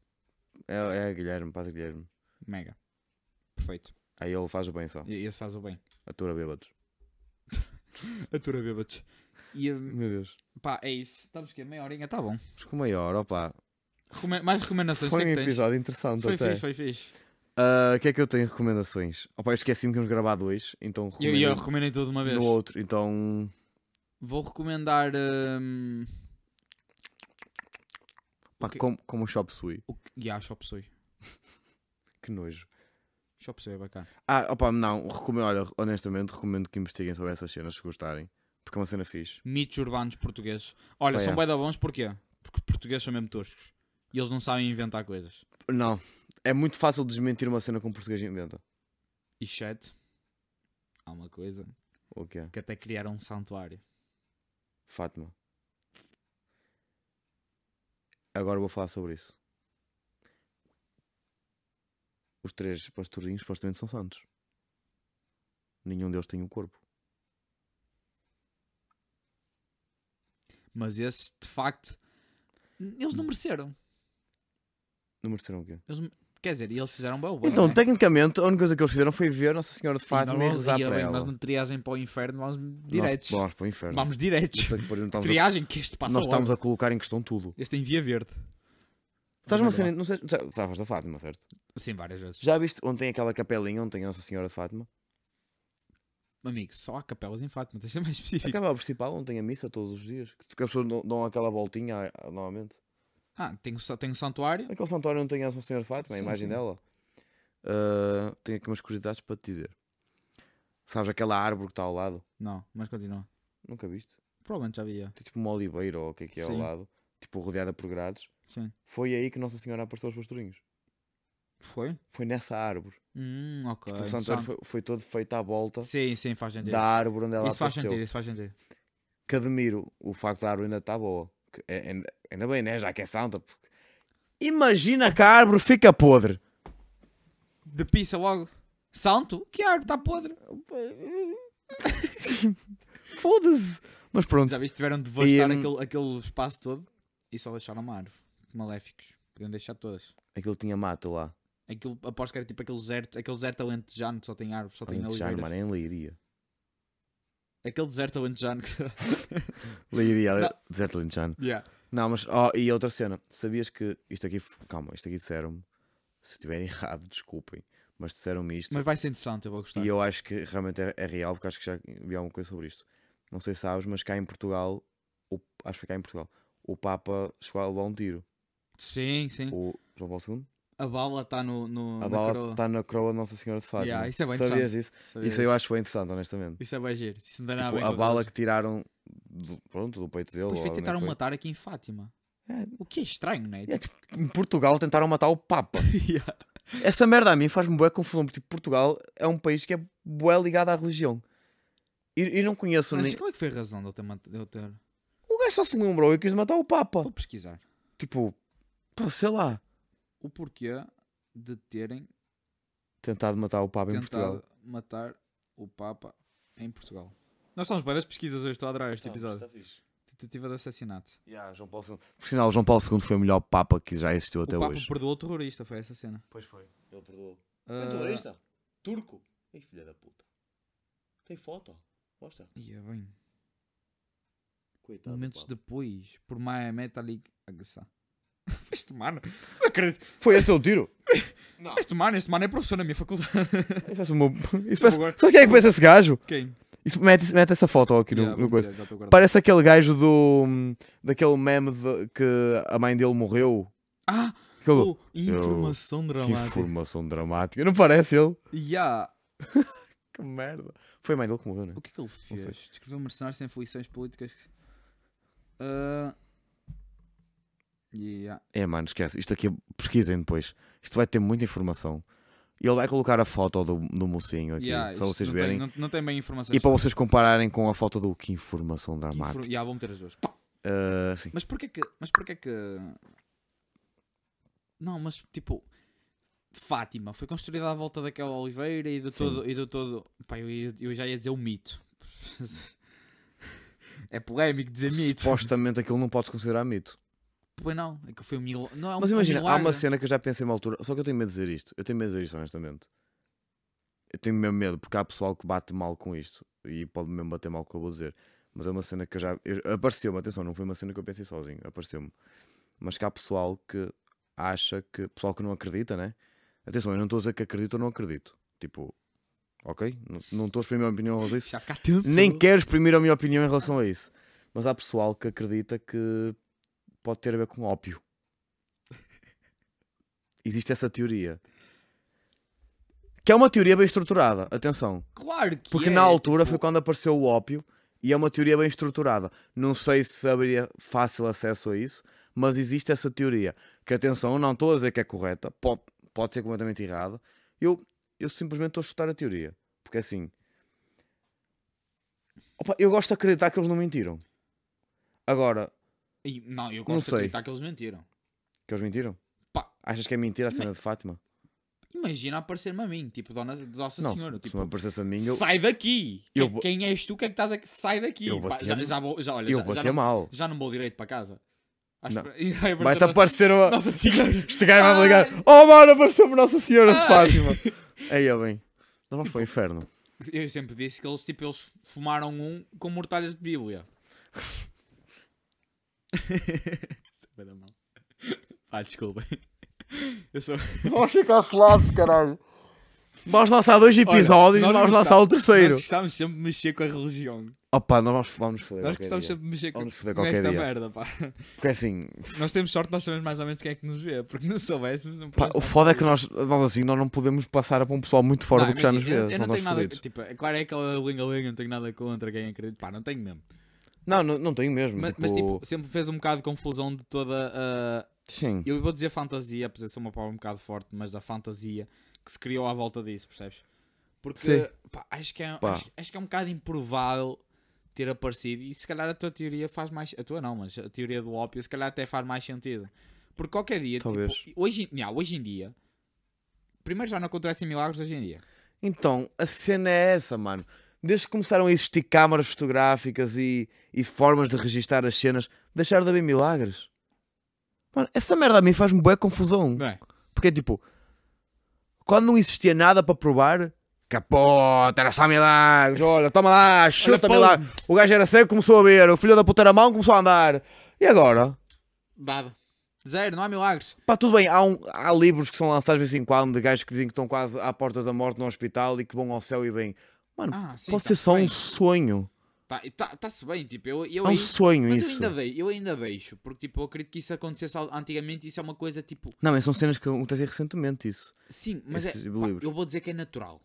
É, é Guilherme, padre Guilherme.
Mega. Perfeito.
Aí ele faz o bem só.
E e esse faz o bem.
Atura bêbados.
Atura bêbados. E, hum,
Meu Deus.
pá, é isso. Estamos aqui, meia horinha, tá bom.
Mas que maior, opa.
Recome- mais recomendações, o
Foi
que
um
é que tens?
episódio interessante
Foi
até.
fixe, foi fixe.
Ah, O que é que eu tenho recomendações? Opa, eu esqueci-me que íamos gravar dois, então
E eu, e eu
recomendo
recomendei tudo de uma vez.
no outro. Então,
Vou recomendar hum,
pá,
Ok.
como, como o Shop Sui.
o que. Yeah, Shop Sui.
Que nojo.
Shop Sui é bacana.
Ah, opa, não, recomendo, olha, honestamente, recomendo que investiguem sobre essas cenas se gostarem, porque é uma cena fixe.
Mitos urbanos portugueses. Olha,
Pá,
são
yeah.
bué da bons porquê? Porque os portugueses são mesmo toscos. E eles não sabem inventar coisas.
Não, é muito fácil desmentir uma cena que um português inventa.
E chat. Há uma coisa
O que é?
que até criaram um santuário.
Fátima. Agora vou falar sobre isso. Os três pastorinhos supostamente são santos. Nenhum deles tem um corpo.
Mas esses, de facto, eles não mereceram.
Não mereceram o quê?
Quer dizer, e eles fizeram bem o bem.
Então,
né?
tecnicamente, a única coisa que eles fizeram foi ver Nossa Senhora de
E
Fátima e,
nós-
rezar
e,
para
bem,
ela.
Nós não triagem para o inferno, vamos diretos.
Nós, nós para o inferno.
Vamos diretos.
Puta que pariu, não estamos a-
Triagem que este passa
nós estamos
logo.
a colocar em questão tudo.
Este tem via verde.
Estás uma
Primeiro
cena. Não sei, já, estavas da Fátima, certo?
Sim, Assim, várias vezes.
Já viste onde tem aquela capelinha onde tem a Nossa Senhora de Fátima?
Amigo, só há capelas em Fátima, tens de ser mais específico.
Acaba a principal, onde tem a missa todos os dias. Que que as pessoas dão- dão aquela voltinha ah, ah, novamente.
Ah, tem, o sa- tem um santuário.
Aquele santuário onde tem a Nossa Senhora de Fátima, a
Sim,
imagem
sim.
dela. Ah, tenho aqui umas curiosidades para te dizer. Sabes aquela árvore que está ao lado?
Não, mas continua.
Nunca viste?
Provavelmente já havia.
Tem tipo uma oliveira ou o que é que é ao
Sim.
lado, tipo rodeada por grades.
Sim.
Foi aí que Nossa Senhora apareceu aos pastorinhos.
Foi?
Foi nessa árvore.
Hum, ok.
o santuário
interessante.
foi, foi todo feito à volta
Sim, sim, faz sentido.
da árvore onde ela
Isso faz
apareceu.
sentido, isso faz sentido.
Que admiro o facto da árvore ainda estar boa. Que é- ainda, ainda bem, né? Já que é santa. porque- Imagina que a árvore fica podre.
De pizza logo. Santo? Que árvore está podre.
Foda-se. Mas pronto.
Já viste, tiveram de devastar
E, hum,
aquele, aquele espaço todo e só deixaram uma árvore. Maléficos. Podiam deixar todas.
Aquilo tinha mato lá.
Aquilo, aposto que era tipo aquele deserto, aquele deserto alentejano que só tem árvores, só tem
Já, mano,
oliveiras.
em Leiria.
Aquele deserto alentejano que...
Leiria,
Não.
deserto lentejano.
yeah.
Não, mas. Oh, e outra cena. Sabias que. Isto aqui. f- Calma, isto aqui disseram-me. Se eu estiver errado, desculpem. Mas disseram-me isto.
Mas vai ser interessante, eu vou gostar.
E eu acho que realmente é, é real, porque acho que já vi alguma coisa sobre isto. Não sei se sabes, mas cá em Portugal, o- acho que foi cá em Portugal, o Papa chegou a levar um tiro.
Sim, sim.
O João Paulo II,
A bala está no, no,
a
Hum? Ah, na
bala
coroa.
está na coroa de Nossa Senhora de Fátima.
Yeah, isso é bem
Sabias disso?
Sabe
Isso eu acho bem interessante, honestamente.
Isso é bem giro. Isso não dá nada
Tipo,
bem
a
com
bala
aqueles-
que tiraram do, pronto, do peito dele.
Depois foi
ou onde é que
tentaram
foi.
matar aqui em Fátima.
É.
O que é estranho, não é?
É, tipo, em Portugal tentaram matar o Papa.
Yeah.
Essa merda a mim faz-me bué confusão, porque tipo, Portugal é um país que é bué ligado à religião. E, e não conheço
Mas
nem...
qual é que foi a razão de eu ter... mat- de eu ter-
O gajo só se lembrou e quis matar o Papa.
Vou pesquisar.
tipo, pá, sei lá,
O porquê de terem
tentado matar o Papa em
tentado
Portugal.
matar o Papa em Portugal. Nós estamos bem das pesquisas hoje, estou a adorar
Ah,
este episódio. Tentativa de assassinato.
João Paulo II. Por sinal, João Paulo II foi o melhor Papa que já existiu até
o Papa
hoje.
perdoou o terrorista, foi essa cena.
Pois foi, ele perdoou. Então,
Ah,
Turco? Ei, filha da puta. Tem foto? Mostra.
Ah, ia bem.
Coitado.
Momentos depois, por Maia Metallic Agassa. Este mano, não acredito.
Foi esse o tiro?
Este mano, este mano é professor na minha faculdade.
Isso parece uma... Isso
Tipo,
parece...
agora-
Sabe quem é que pensa esse gajo?
Quem?
Isso mete, mete essa foto aqui no,
Yeah,
no
vou
coisa.
meter, já estou a guardar.
Parece aquele gajo do. daquele meme de- que a mãe dele morreu.
Ah,
Aquele-
oh, informação
Que
dramática.
informação dramática. Não parece ele?
Yeah.
Que merda. Foi a mãe dele que morreu, né?
O que é que ele fez?
sei.
Descreveu mercenários sem aflições políticas. Ah. Yeah.
É, mano, esquece. Isto aqui, pesquisem depois. Isto vai ter muita informação. E ele vai colocar a foto do, do mocinho Tá aqui,
Yeah,
só
isto
vocês
não
verem.
Tem, não, não tem bem informação.
E para vocês compararem com a foto do Que Informação
Que infor-
Dramática.
Yeah, vou meter as duas.
Ah, sim.
Mas porquê que. Mas porquê que. Não, mas tipo. Fátima foi construída à volta daquela oliveira e do
Sim.
todo. E do todo pá, eu, ia- eu já ia dizer o mito. é polémico dizer mito.
Supostamente aquilo não pode considerar mito.
Pois não, é que foi um milagre. Não, é um-
Mas
é um
imagina, há
milagre.
uma cena que eu já pensei uma altura. Só que eu tenho medo de dizer isto. Eu tenho medo de dizer isto, honestamente. Eu tenho mesmo medo, porque há pessoal que bate mal com isto. E pode mesmo bater mal com o que eu vou dizer. Mas é uma cena que eu já. eu- Apareceu-me, atenção, não foi uma cena que eu pensei sozinho. Apareceu-me. Mas que há pessoal que acha que. Pessoal que não acredita, né? Atenção, eu não estou a dizer que acredito ou não acredito. Tipo. Ok? Não- Não estou a exprimir a minha opinião em relação a isso.
Já ficar tenso.
Nem quero exprimir a minha opinião em relação a isso. Mas há pessoal que acredita que pode ter a ver com ópio. Existe essa teoria. Que é uma teoria bem estruturada, atenção.
Claro que
Porque
é,
na altura foi
tipo,
quando apareceu o ópio e é uma teoria bem estruturada. Não sei se haveria fácil acesso a isso, mas existe essa teoria. Que atenção, eu não estou a dizer que é correta, pode, pode ser completamente errada. Eu, eu simplesmente estou a chutar a teoria. Porque assim. Opa, eu gosto de acreditar que eles não mentiram. Agora,
e- Não, eu
Não
gosto de
sei.
acreditar que eles mentiram.
que eles mentiram?
Pá.
Achas que é mentira a cena de Fátima?
Imagina aparecer-me a mim, tipo, Dona Nossa
não,
Senhora.
se, se
tipo,
me aparecesse a mim, eu,
Sai daqui!
Eu
quem,
vou-
quem és tu? Quem é que estás aqui? Sai daqui!
Eu vou
Pá,
ter- um-
já, já vou, já, olha,
eu
já,
vou
já
ter
não,
mal.
já não vou direito para casa. Acho
Não.
que- E vai aparecer
Vai-te
uma-
aparecer uma.
Nossa Senhora!
Este gajo vai-me
Ai.
ligar. Oh, mano, apareceu-me Nossa Senhora de
Ai.
Fátima. Aí, ó, bem. Nós vamos para o inferno.
Eu sempre disse que eles, tipo, eles fumaram um com mortalhas de Bíblia. Vai dar mal. Pá, desculpa. Eu sou...
Vamos ser cancelados, caralho. Vamos lançar dois episódios
nós
e vamos
não
lançar o terceiro.
Nós gostávamos sempre de mexer com a religião.
Opa, nós vamos, vamos foder.
Nós
qualquer
gostávamos
dia.
sempre de mexer com
Vamos foder qualquer
nesta
dia.
merda, pá.
Porque assim,
Nós temos sorte, nós sabemos mais ou menos quem é que nos vê, porque não soubéssemos, não
pá,
podemos
o
estar
foda é
fodidos.
que nós, nós assim, nós não podemos passar para um pessoal muito fora
Pá,
do que já nos
imagina,
vê.
Eu, eu
senão
não
nós
tenho nada.
fodidos.
Tipo, é claro é aquela linga-linga, não tenho nada contra quem acredita. Pá, não tenho mesmo.
Não, não, não tenho mesmo.
Mas,
tipo,
mas, tipo, sempre fez um bocado de confusão de toda a.
Sim.
Eu vou dizer fantasia, apesar de ser uma palavra um bocado forte, mas da fantasia que se criou à volta disso, percebes?
Sim.
Porque pá, acho, que é,
Pá.
acho, acho que é um bocado improvável ter aparecido e se calhar a tua teoria faz mais. A tua não, mas a teoria do ópio se calhar até faz mais sentido. Porque qualquer dia, tipo,
Talvez.
hoje, em- não, hoje em dia, primeiro já não acontecem milagres hoje em dia.
Então, a cena é essa, mano. Desde que começaram a existir câmaras fotográficas e, e formas de registar as cenas, deixaram de haver milagres. Mano, essa merda a mim faz-me boa confusão.
Não é?
Porque é tipo, quando não existia nada para provar, capota, era só milagres, olha, toma lá, chuta
pão.
milagres. O gajo era cego, começou a ver, o filho da puta era mão, começou a andar. E agora?
Dado. Zero, não há milagres.
Pá, tudo bem, há, um- há livros que são lançados de vez em quando de gajos que dizem que estão quase à porta da morte no hospital e que vão ao céu e bem. Mano,
Ah, sim,
pode
tá
ser só
bem.
um sonho.
Tá, tá, tá-se bem, tipo, eu, eu
É um
aí-
sonho
mas
isso.
eu ainda, dei, eu ainda deixo, porque tipo, eu acredito que isso acontecesse al- antigamente, isso é uma coisa tipo,
Não, mas são cenas que acontecem recentemente isso.
sim, mas
Esses
é, pá,
livros.
eu vou dizer que é natural.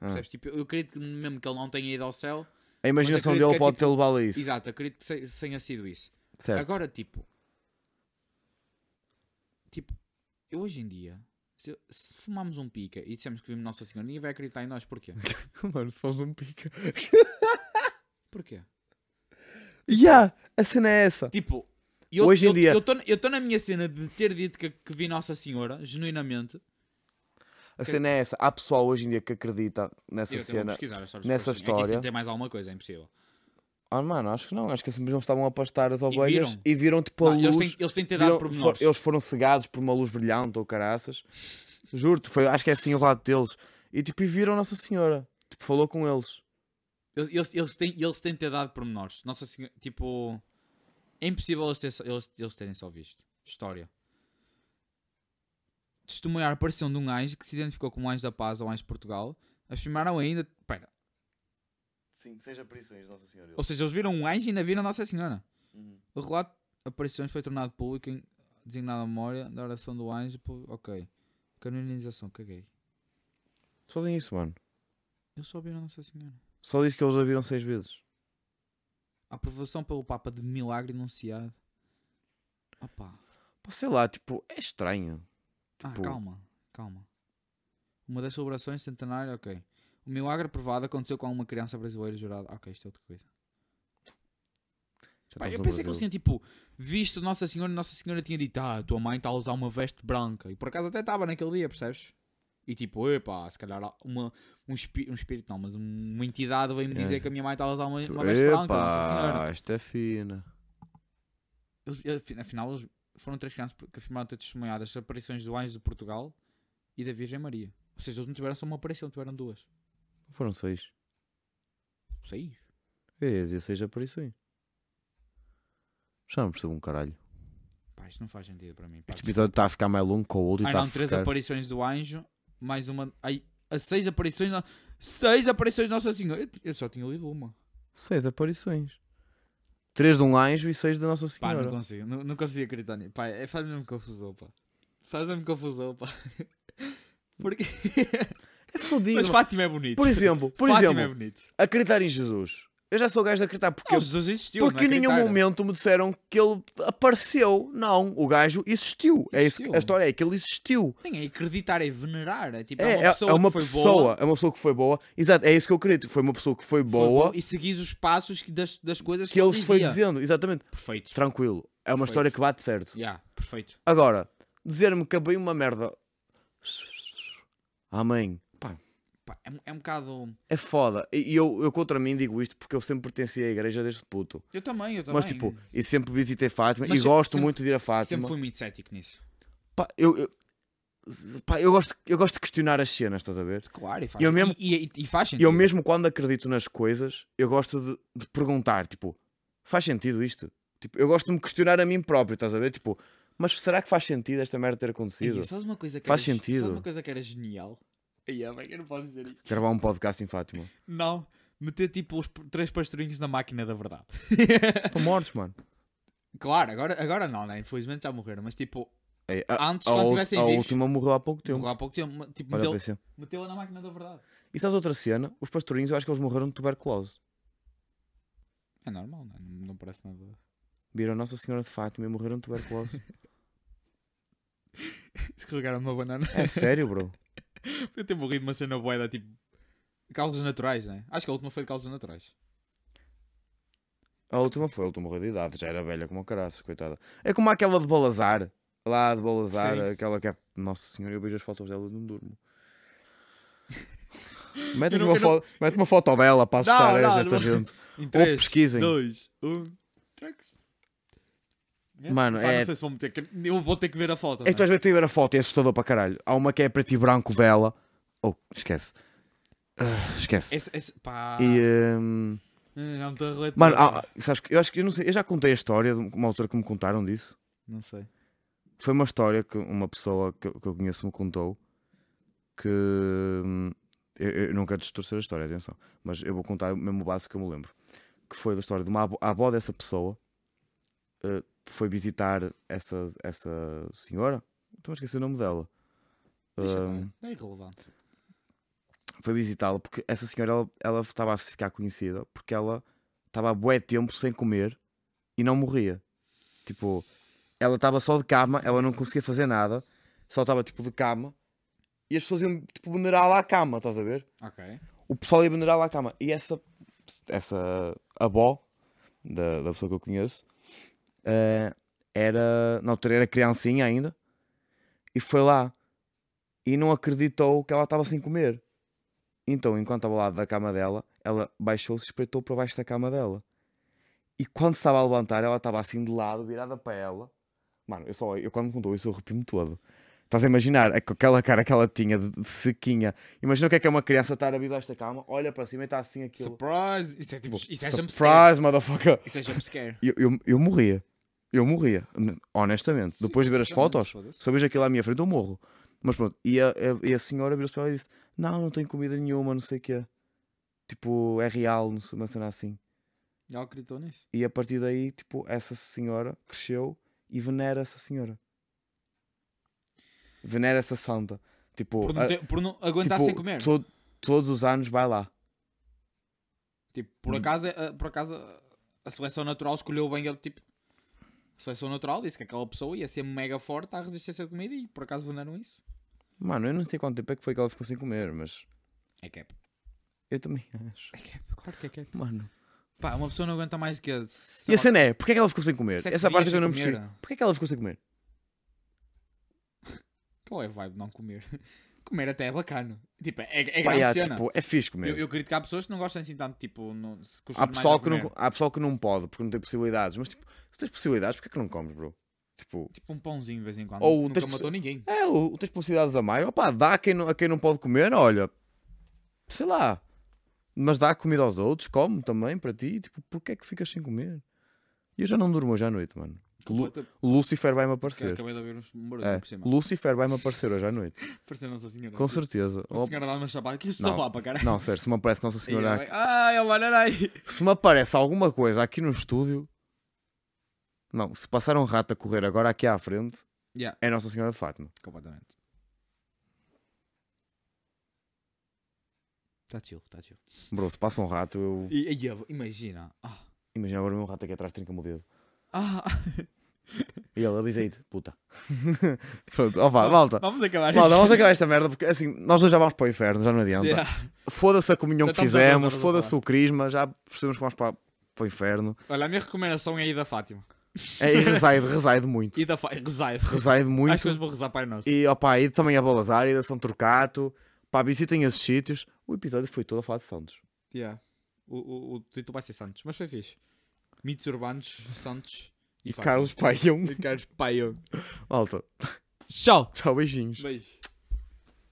Ah.
Percebes? Tipo, eu acredito que mesmo que ele não tenha ido ao céu,
A imaginação
acredito
dele
que é
pode
tipo-
ter levado a isso.
exato, acredito que se- tenha sido isso.
Certo.
Agora, tipo, tipo, eu hoje em dia, se, se fumarmos um pica e dissemos que vimos Nossa Senhora, ninguém vai acreditar em nós, porquê?
Mano, se faz um pica.
Porquê?
Ya, a cena é essa.
Tipo, eu,
Hoje em
eu,
dia-
Eu estou na minha cena de ter dito que, que vi Nossa Senhora, genuinamente.
A cena é essa. Há pessoal hoje em dia que acredita nessa
Eu até vou
cena.
pesquisar as histórias
nessa
de Christine. É que isto
história-
tem mais alguma coisa, é impossível.
Ah, mano, acho que não. Acho que simplesmente estavam a pastar as ovelhas
viram?
e viram tipo a
Não,
luz.
eles, têm, eles têm de ter dado
viram-
pormenores.
for- eles foram cegados por uma luz brilhante ou caraças. Juro-te, foi, acho que é assim o lado deles. E tipo, e viram Nossa Senhora. Tipo, falou com eles.
Eles, eles, eles têm, eles têm de ter dado pormenores. Nossa Senhora, tipo. É impossível eles, ter, só- eles, eles terem só visto. História. Testemunhar a aparição de um anjo que se identificou como anjo da paz ou anjo de Portugal. Afirmaram ainda. Pera.
Sim, seis aparições de Nossa Senhora.
Ou seja, eles viram um anjo e ainda viram Nossa Senhora.
Uhum.
O relato de aparições foi tornado público em designada memória da oração do anjo. pu- Ok. Canonização, caguei.
Só dizem isso, mano.
Eu só ouviram Nossa Senhora.
Só diz que eles a viram seis vezes.
A aprovação pelo Papa de milagre enunciado. Opa.
Pá, sei lá, tipo, é estranho.
Ah,
Tipo-
calma, calma. Uma das celebrações centenário, ok. O milagre aprovado aconteceu com uma criança brasileira jurada. Ah, Ok, isto é outra coisa.
Já
Pá,
estamos
eu
no
pensei que
Brasil.
eles tinham tipo visto Nossa Senhora e Nossa Senhora tinha dito: Ah, tua mãe está a usar uma veste branca. E por acaso até estava naquele dia, percebes? E tipo, epá, se calhar há uma, um, espí- um espírito, não, mas uma entidade veio-me dizer que a minha mãe está a usar uma, uma veste branca, Nossa Senhora.
É. Tipo, Epá, esta é fina.
Eles- eh, afi- afinal, eles foram três crianças que afirmaram ter testemunhado as aparições do Anjo de Portugal e da Virgem Maria. Ou seja, eles não tiveram só uma aparição, tiveram duas.
Foram seis.
Seis.
É, 16 aparições. Já não percebo um caralho.
Pá, isto não faz sentido para mim. Pá,
Este episódio está a ficar mais longo com o outro e
Ai,
está a
não, três
ficar...
aparições do Anjo, mais uma. Ai, a seis aparições. no- Seis aparições de Nossa Senhora. Eu, eu só tinha lido uma.
Seis aparições. Três de um anjo e seis de Nossa
Pá, não
Senhora.
consigo. Não, não consigo acreditar nisso. Pá, é, faz mesmo confusão, pá. Faz mesmo confusão, pá. Porque...
é fodido.
Mas
mano.
Fátima é bonito.
Por exemplo, por
Fátima é
exemplo,
bonito.
acreditar em Jesus. Eu já sou gajo de acreditar porque...
Não, Jesus existiu, não
porque em nenhum
acreditaram.
momento me disseram que ele apareceu. Não, o gajo existiu. É isso, que-
Existiu.
a história é que ele existiu.
Sim, é acreditar, é venerar. É tipo, é
É,
uma
é-
pessoa
é uma
que foi
pessoa,
boa,
é uma pessoa que foi boa. Exato, é isso que eu acredito. Foi uma pessoa que foi
foi boa
boa,
e seguis os passos que das, das coisas que,
que ele foi
dizia.
dizendo. Exatamente.
Perfeito.
Tranquilo. É uma
Perfeito.
história que bate certo.
Yeah, perfeito.
Agora, dizer-me que abri uma merda. Amém. Pá,
Pá, é, um- é um bocado...
é foda. E e eu, eu contra mim digo isto porque eu sempre pertenci à igreja desde puto.
Eu também, eu também.
Mas tipo, e sempre visitei Fátima
Mas
e
se-
gosto
sempre-
muito de ir a Fátima.
Sempre fui muito cético nisso.
Pá, eu, eu, pá, eu, gosto, eu gosto de questionar as cenas, estás a ver?
Claro, e faz,
Eu mesmo-
e, e, e faz
E
sentido.
eu mesmo quando acredito nas coisas, eu gosto de, de perguntar, tipo, faz sentido isto? Tipo, eu gosto de me questionar a mim próprio, estás a ver? Tipo, mas será que faz sentido esta merda ter acontecido?
Ei, sabes uma coisa que
Faz
era,
sentido.
Sabes uma coisa que era genial? Ei, ah, bem, eu não posso dizer isto.
Gravar um podcast em Fátima.
Não, meter tipo os p- três pastorinhos na máquina da verdade.
Estão mortos, mano.
claro, agora, agora não, né? Infelizmente já morreram, mas tipo,
Ei, É, a,
antes
a
quando
ul-
tivessem
a
vivos.
última morreu há pouco tempo.
morreu há pouco tempo, tipo,
Olha,
meteu-
apareceu.
meteu-a na máquina da verdade.
E sabes outra cena? Os pastorinhos, eu acho que eles morreram de tuberculose.
É normal, não, é? não, não parece nada.
Viram Nossa Senhora de Fátima e morreram de tuberculose.
Escorregaram uma banana.
É sério, bro.
Eu ter morrido uma cena boeda, tipo. Causas naturais, né? Acho que a última foi de causas naturais.
A última foi, a última morreu de idade, já era velha como o caraças, coitada. É como aquela de Balazar. Lá de Balazar,
Sim.
aquela que é. Nossa senhora, eu vejo as fotos dela e não durmo.
Eu
Mete
não-
uma,
eu não-
fo- mete uma foto dela para assustar
Não, não,
esta
não.
gente.
Em
Ou
3,
pesquisem.
2, 1.
Mano,
Pá,
é.
Não sei se vou meter. que- Eu vou ter que ver a foto.
É que tu
né?
às vezes tem a ver a foto e é assustador para caralho. Há uma que é preto e branco dela. Oh, esquece. Ah, esquece.
Esse, esse, pá.
E. hum,
Eh, Não estou a relatar.
Mano, ah, há- há- sabes que eu acho que eu não sei, eu já contei a história de uma altura que me contaram disso.
Não sei.
ah, Foi uma história que uma pessoa que eu, que eu conheço me contou que hum, eu, eu não quero distorcer a história, atenção, mas eu vou contar o mesmo básico que eu me lembro. Que foi da história de uma avó, a avó dessa pessoa eh, foi visitar essa, essa senhora. Estou a esquecer o nome dela.
Deixa
Hum,
eu ver. É irrelevante.
foi visitá-la porque essa senhora ela- ela estava a se ficar conhecida porque ela estava há bué tempo sem comer e não morria. Tipo, ela estava só de cama, ela não conseguia fazer nada, só estava tipo de cama e as pessoas iam tipo venerá-la à cama, estás a ver?
Ok.
O pessoal ia venerá-la à cama e essa, essa avó da, da pessoa que eu conheço eh, era, na altura era criancinha ainda e foi lá e não acreditou que ela estava sem comer. Então, enquanto estava ao lado da cama dela, ela baixou-se e espreitou para baixo da cama dela. E quando se estava a levantar, ela estava assim de lado, virada para ela. Mano, eu só eu quando me contou isso, eu arrepio-me todo. Estás a imaginar é com aquela cara que ela tinha de, de sequinha. Imagina o que é que é uma criança estar a vir desta cama, olha para cima e está assim aquilo.
Surprise! Isso é tipo. Isso é jumpscare.
Surprise, motherfucker!
Isso é jumpscare.
Eu, eu, eu morria. Eu morria. N- Honestamente.
Sim,
Depois de ver as
completamente,
fotos,
foda-se.
se eu vejo aquilo à minha frente, eu morro. Mas pronto. E a, a- e a senhora virou-se para ela e disse: Não, não tenho comida nenhuma, não sei o quê. Tipo, é real, não sei, uma cena assim.
Já acreditou nisso?
E a partir daí, tipo, essa senhora cresceu e venera essa senhora. Venera essa santa. Tipo,
Por não,
a-
ter- por não aguentar
tipo,
sem comer.
to- todos os anos vai lá.
Tipo,
hum.
por acaso, eh, por acaso a seleção natural escolheu bem ele, tipo. A seleção natural disse que aquela pessoa ia ser mega forte à resistência à comida e por acaso venderam isso.
Mano, eu não sei quanto tempo é que foi que ela ficou sem comer, mas
É cap.
eu também acho.
É cap, claro que é cap.
Mano.
Pá, uma pessoa não aguenta mais que.
E a cena é, porquê é que ela ficou sem comer?
Se é que
Essa parte
devias
que eu não
sem
percebi.
comer.
Porquê é que ela ficou sem comer?
Qual é a vibe de não comer? comer até é bacana. Tipo, é, é
Pá,
grande
yeah,
cena.
tipo, é fixe comer.
eu, eu acredito que há pessoas que não gostam assim tanto, tipo, não, se custam
há,
mais
pessoal
a
que não,
comer.
há pessoal que não pode porque não tem possibilidades. Mas tipo, se tens possibilidades, porquê é que não comes, bro? Tipo,
Tipo um pãozinho de vez em quando.
Ou
Nunca
tens
matou
pessoa-
ninguém.
é, ou tens possibilidades a mais. Opá, dá a quem, não, a quem não pode comer, olha. Sei lá. Mas dá comida aos outros, come também para ti. Tipo, porquê é que ficas sem comer? E eu já não durmo hoje à noite, mano. Lu-
Puta,
Lucifer vai-me
que eu
aparecer.
acabei de ouvir uns barulhos
É,
por cima.
Lucifer vai-me aparecer hoje à noite.
Pareceu Nossa Senhora.
Com certeza.
Nossa
Oh,
Senhora dá uma chapada. Que isto
Não.
está lá para caralho.
Não, sério, se me aparece Nossa
E
Senhora
ela vai, Ai, eu é olha aí.
Se me aparece alguma coisa aqui no estúdio. Não, se passar um rato a correr agora aqui à frente,
Yeah,
é Nossa Senhora de Fátima.
completamente.
Tá
Está chill, está chill.
Bro, se passa um rato, eu.
E, e eu- imagina. Ah,
Imagina agora o meu rato aqui atrás trinca-me o dedo.
ah,
E ele avisa aí-te, puta. Pronto, ó vá, malta.
Vamos acabar
Malta,
isto.
vamos acabar esta merda, porque assim, nós dois já vamos para o inferno, já não adianta.
Yeah.
Foda-se a comunhão
Já
que
estamos a duas
fizemos,
horas a
foda-se
falar.
o crisma, já percebemos que vamos para, para o inferno.
Olha, a minha recomendação é ir da Fátima.
É, e rezai-de, rezai-de muito.
Ir da Fátima. Rezai.
Rezai-de
Acho que
muito.
hoje vou rezar Pai Nosso.
E, opá, e também a Balazar e da São Trocato. Pá, visitem esses sítios. O episódio foi todo a falar de Santos.
Yeah. O, o, o título vai ser Santos, mas foi fixe. Mitos Urbanos, Santos
E
Fátima.
Carlos Paião.
E Carlos Paião.
Malta,
Tchau.
tchau, beijinhos.
Beijo.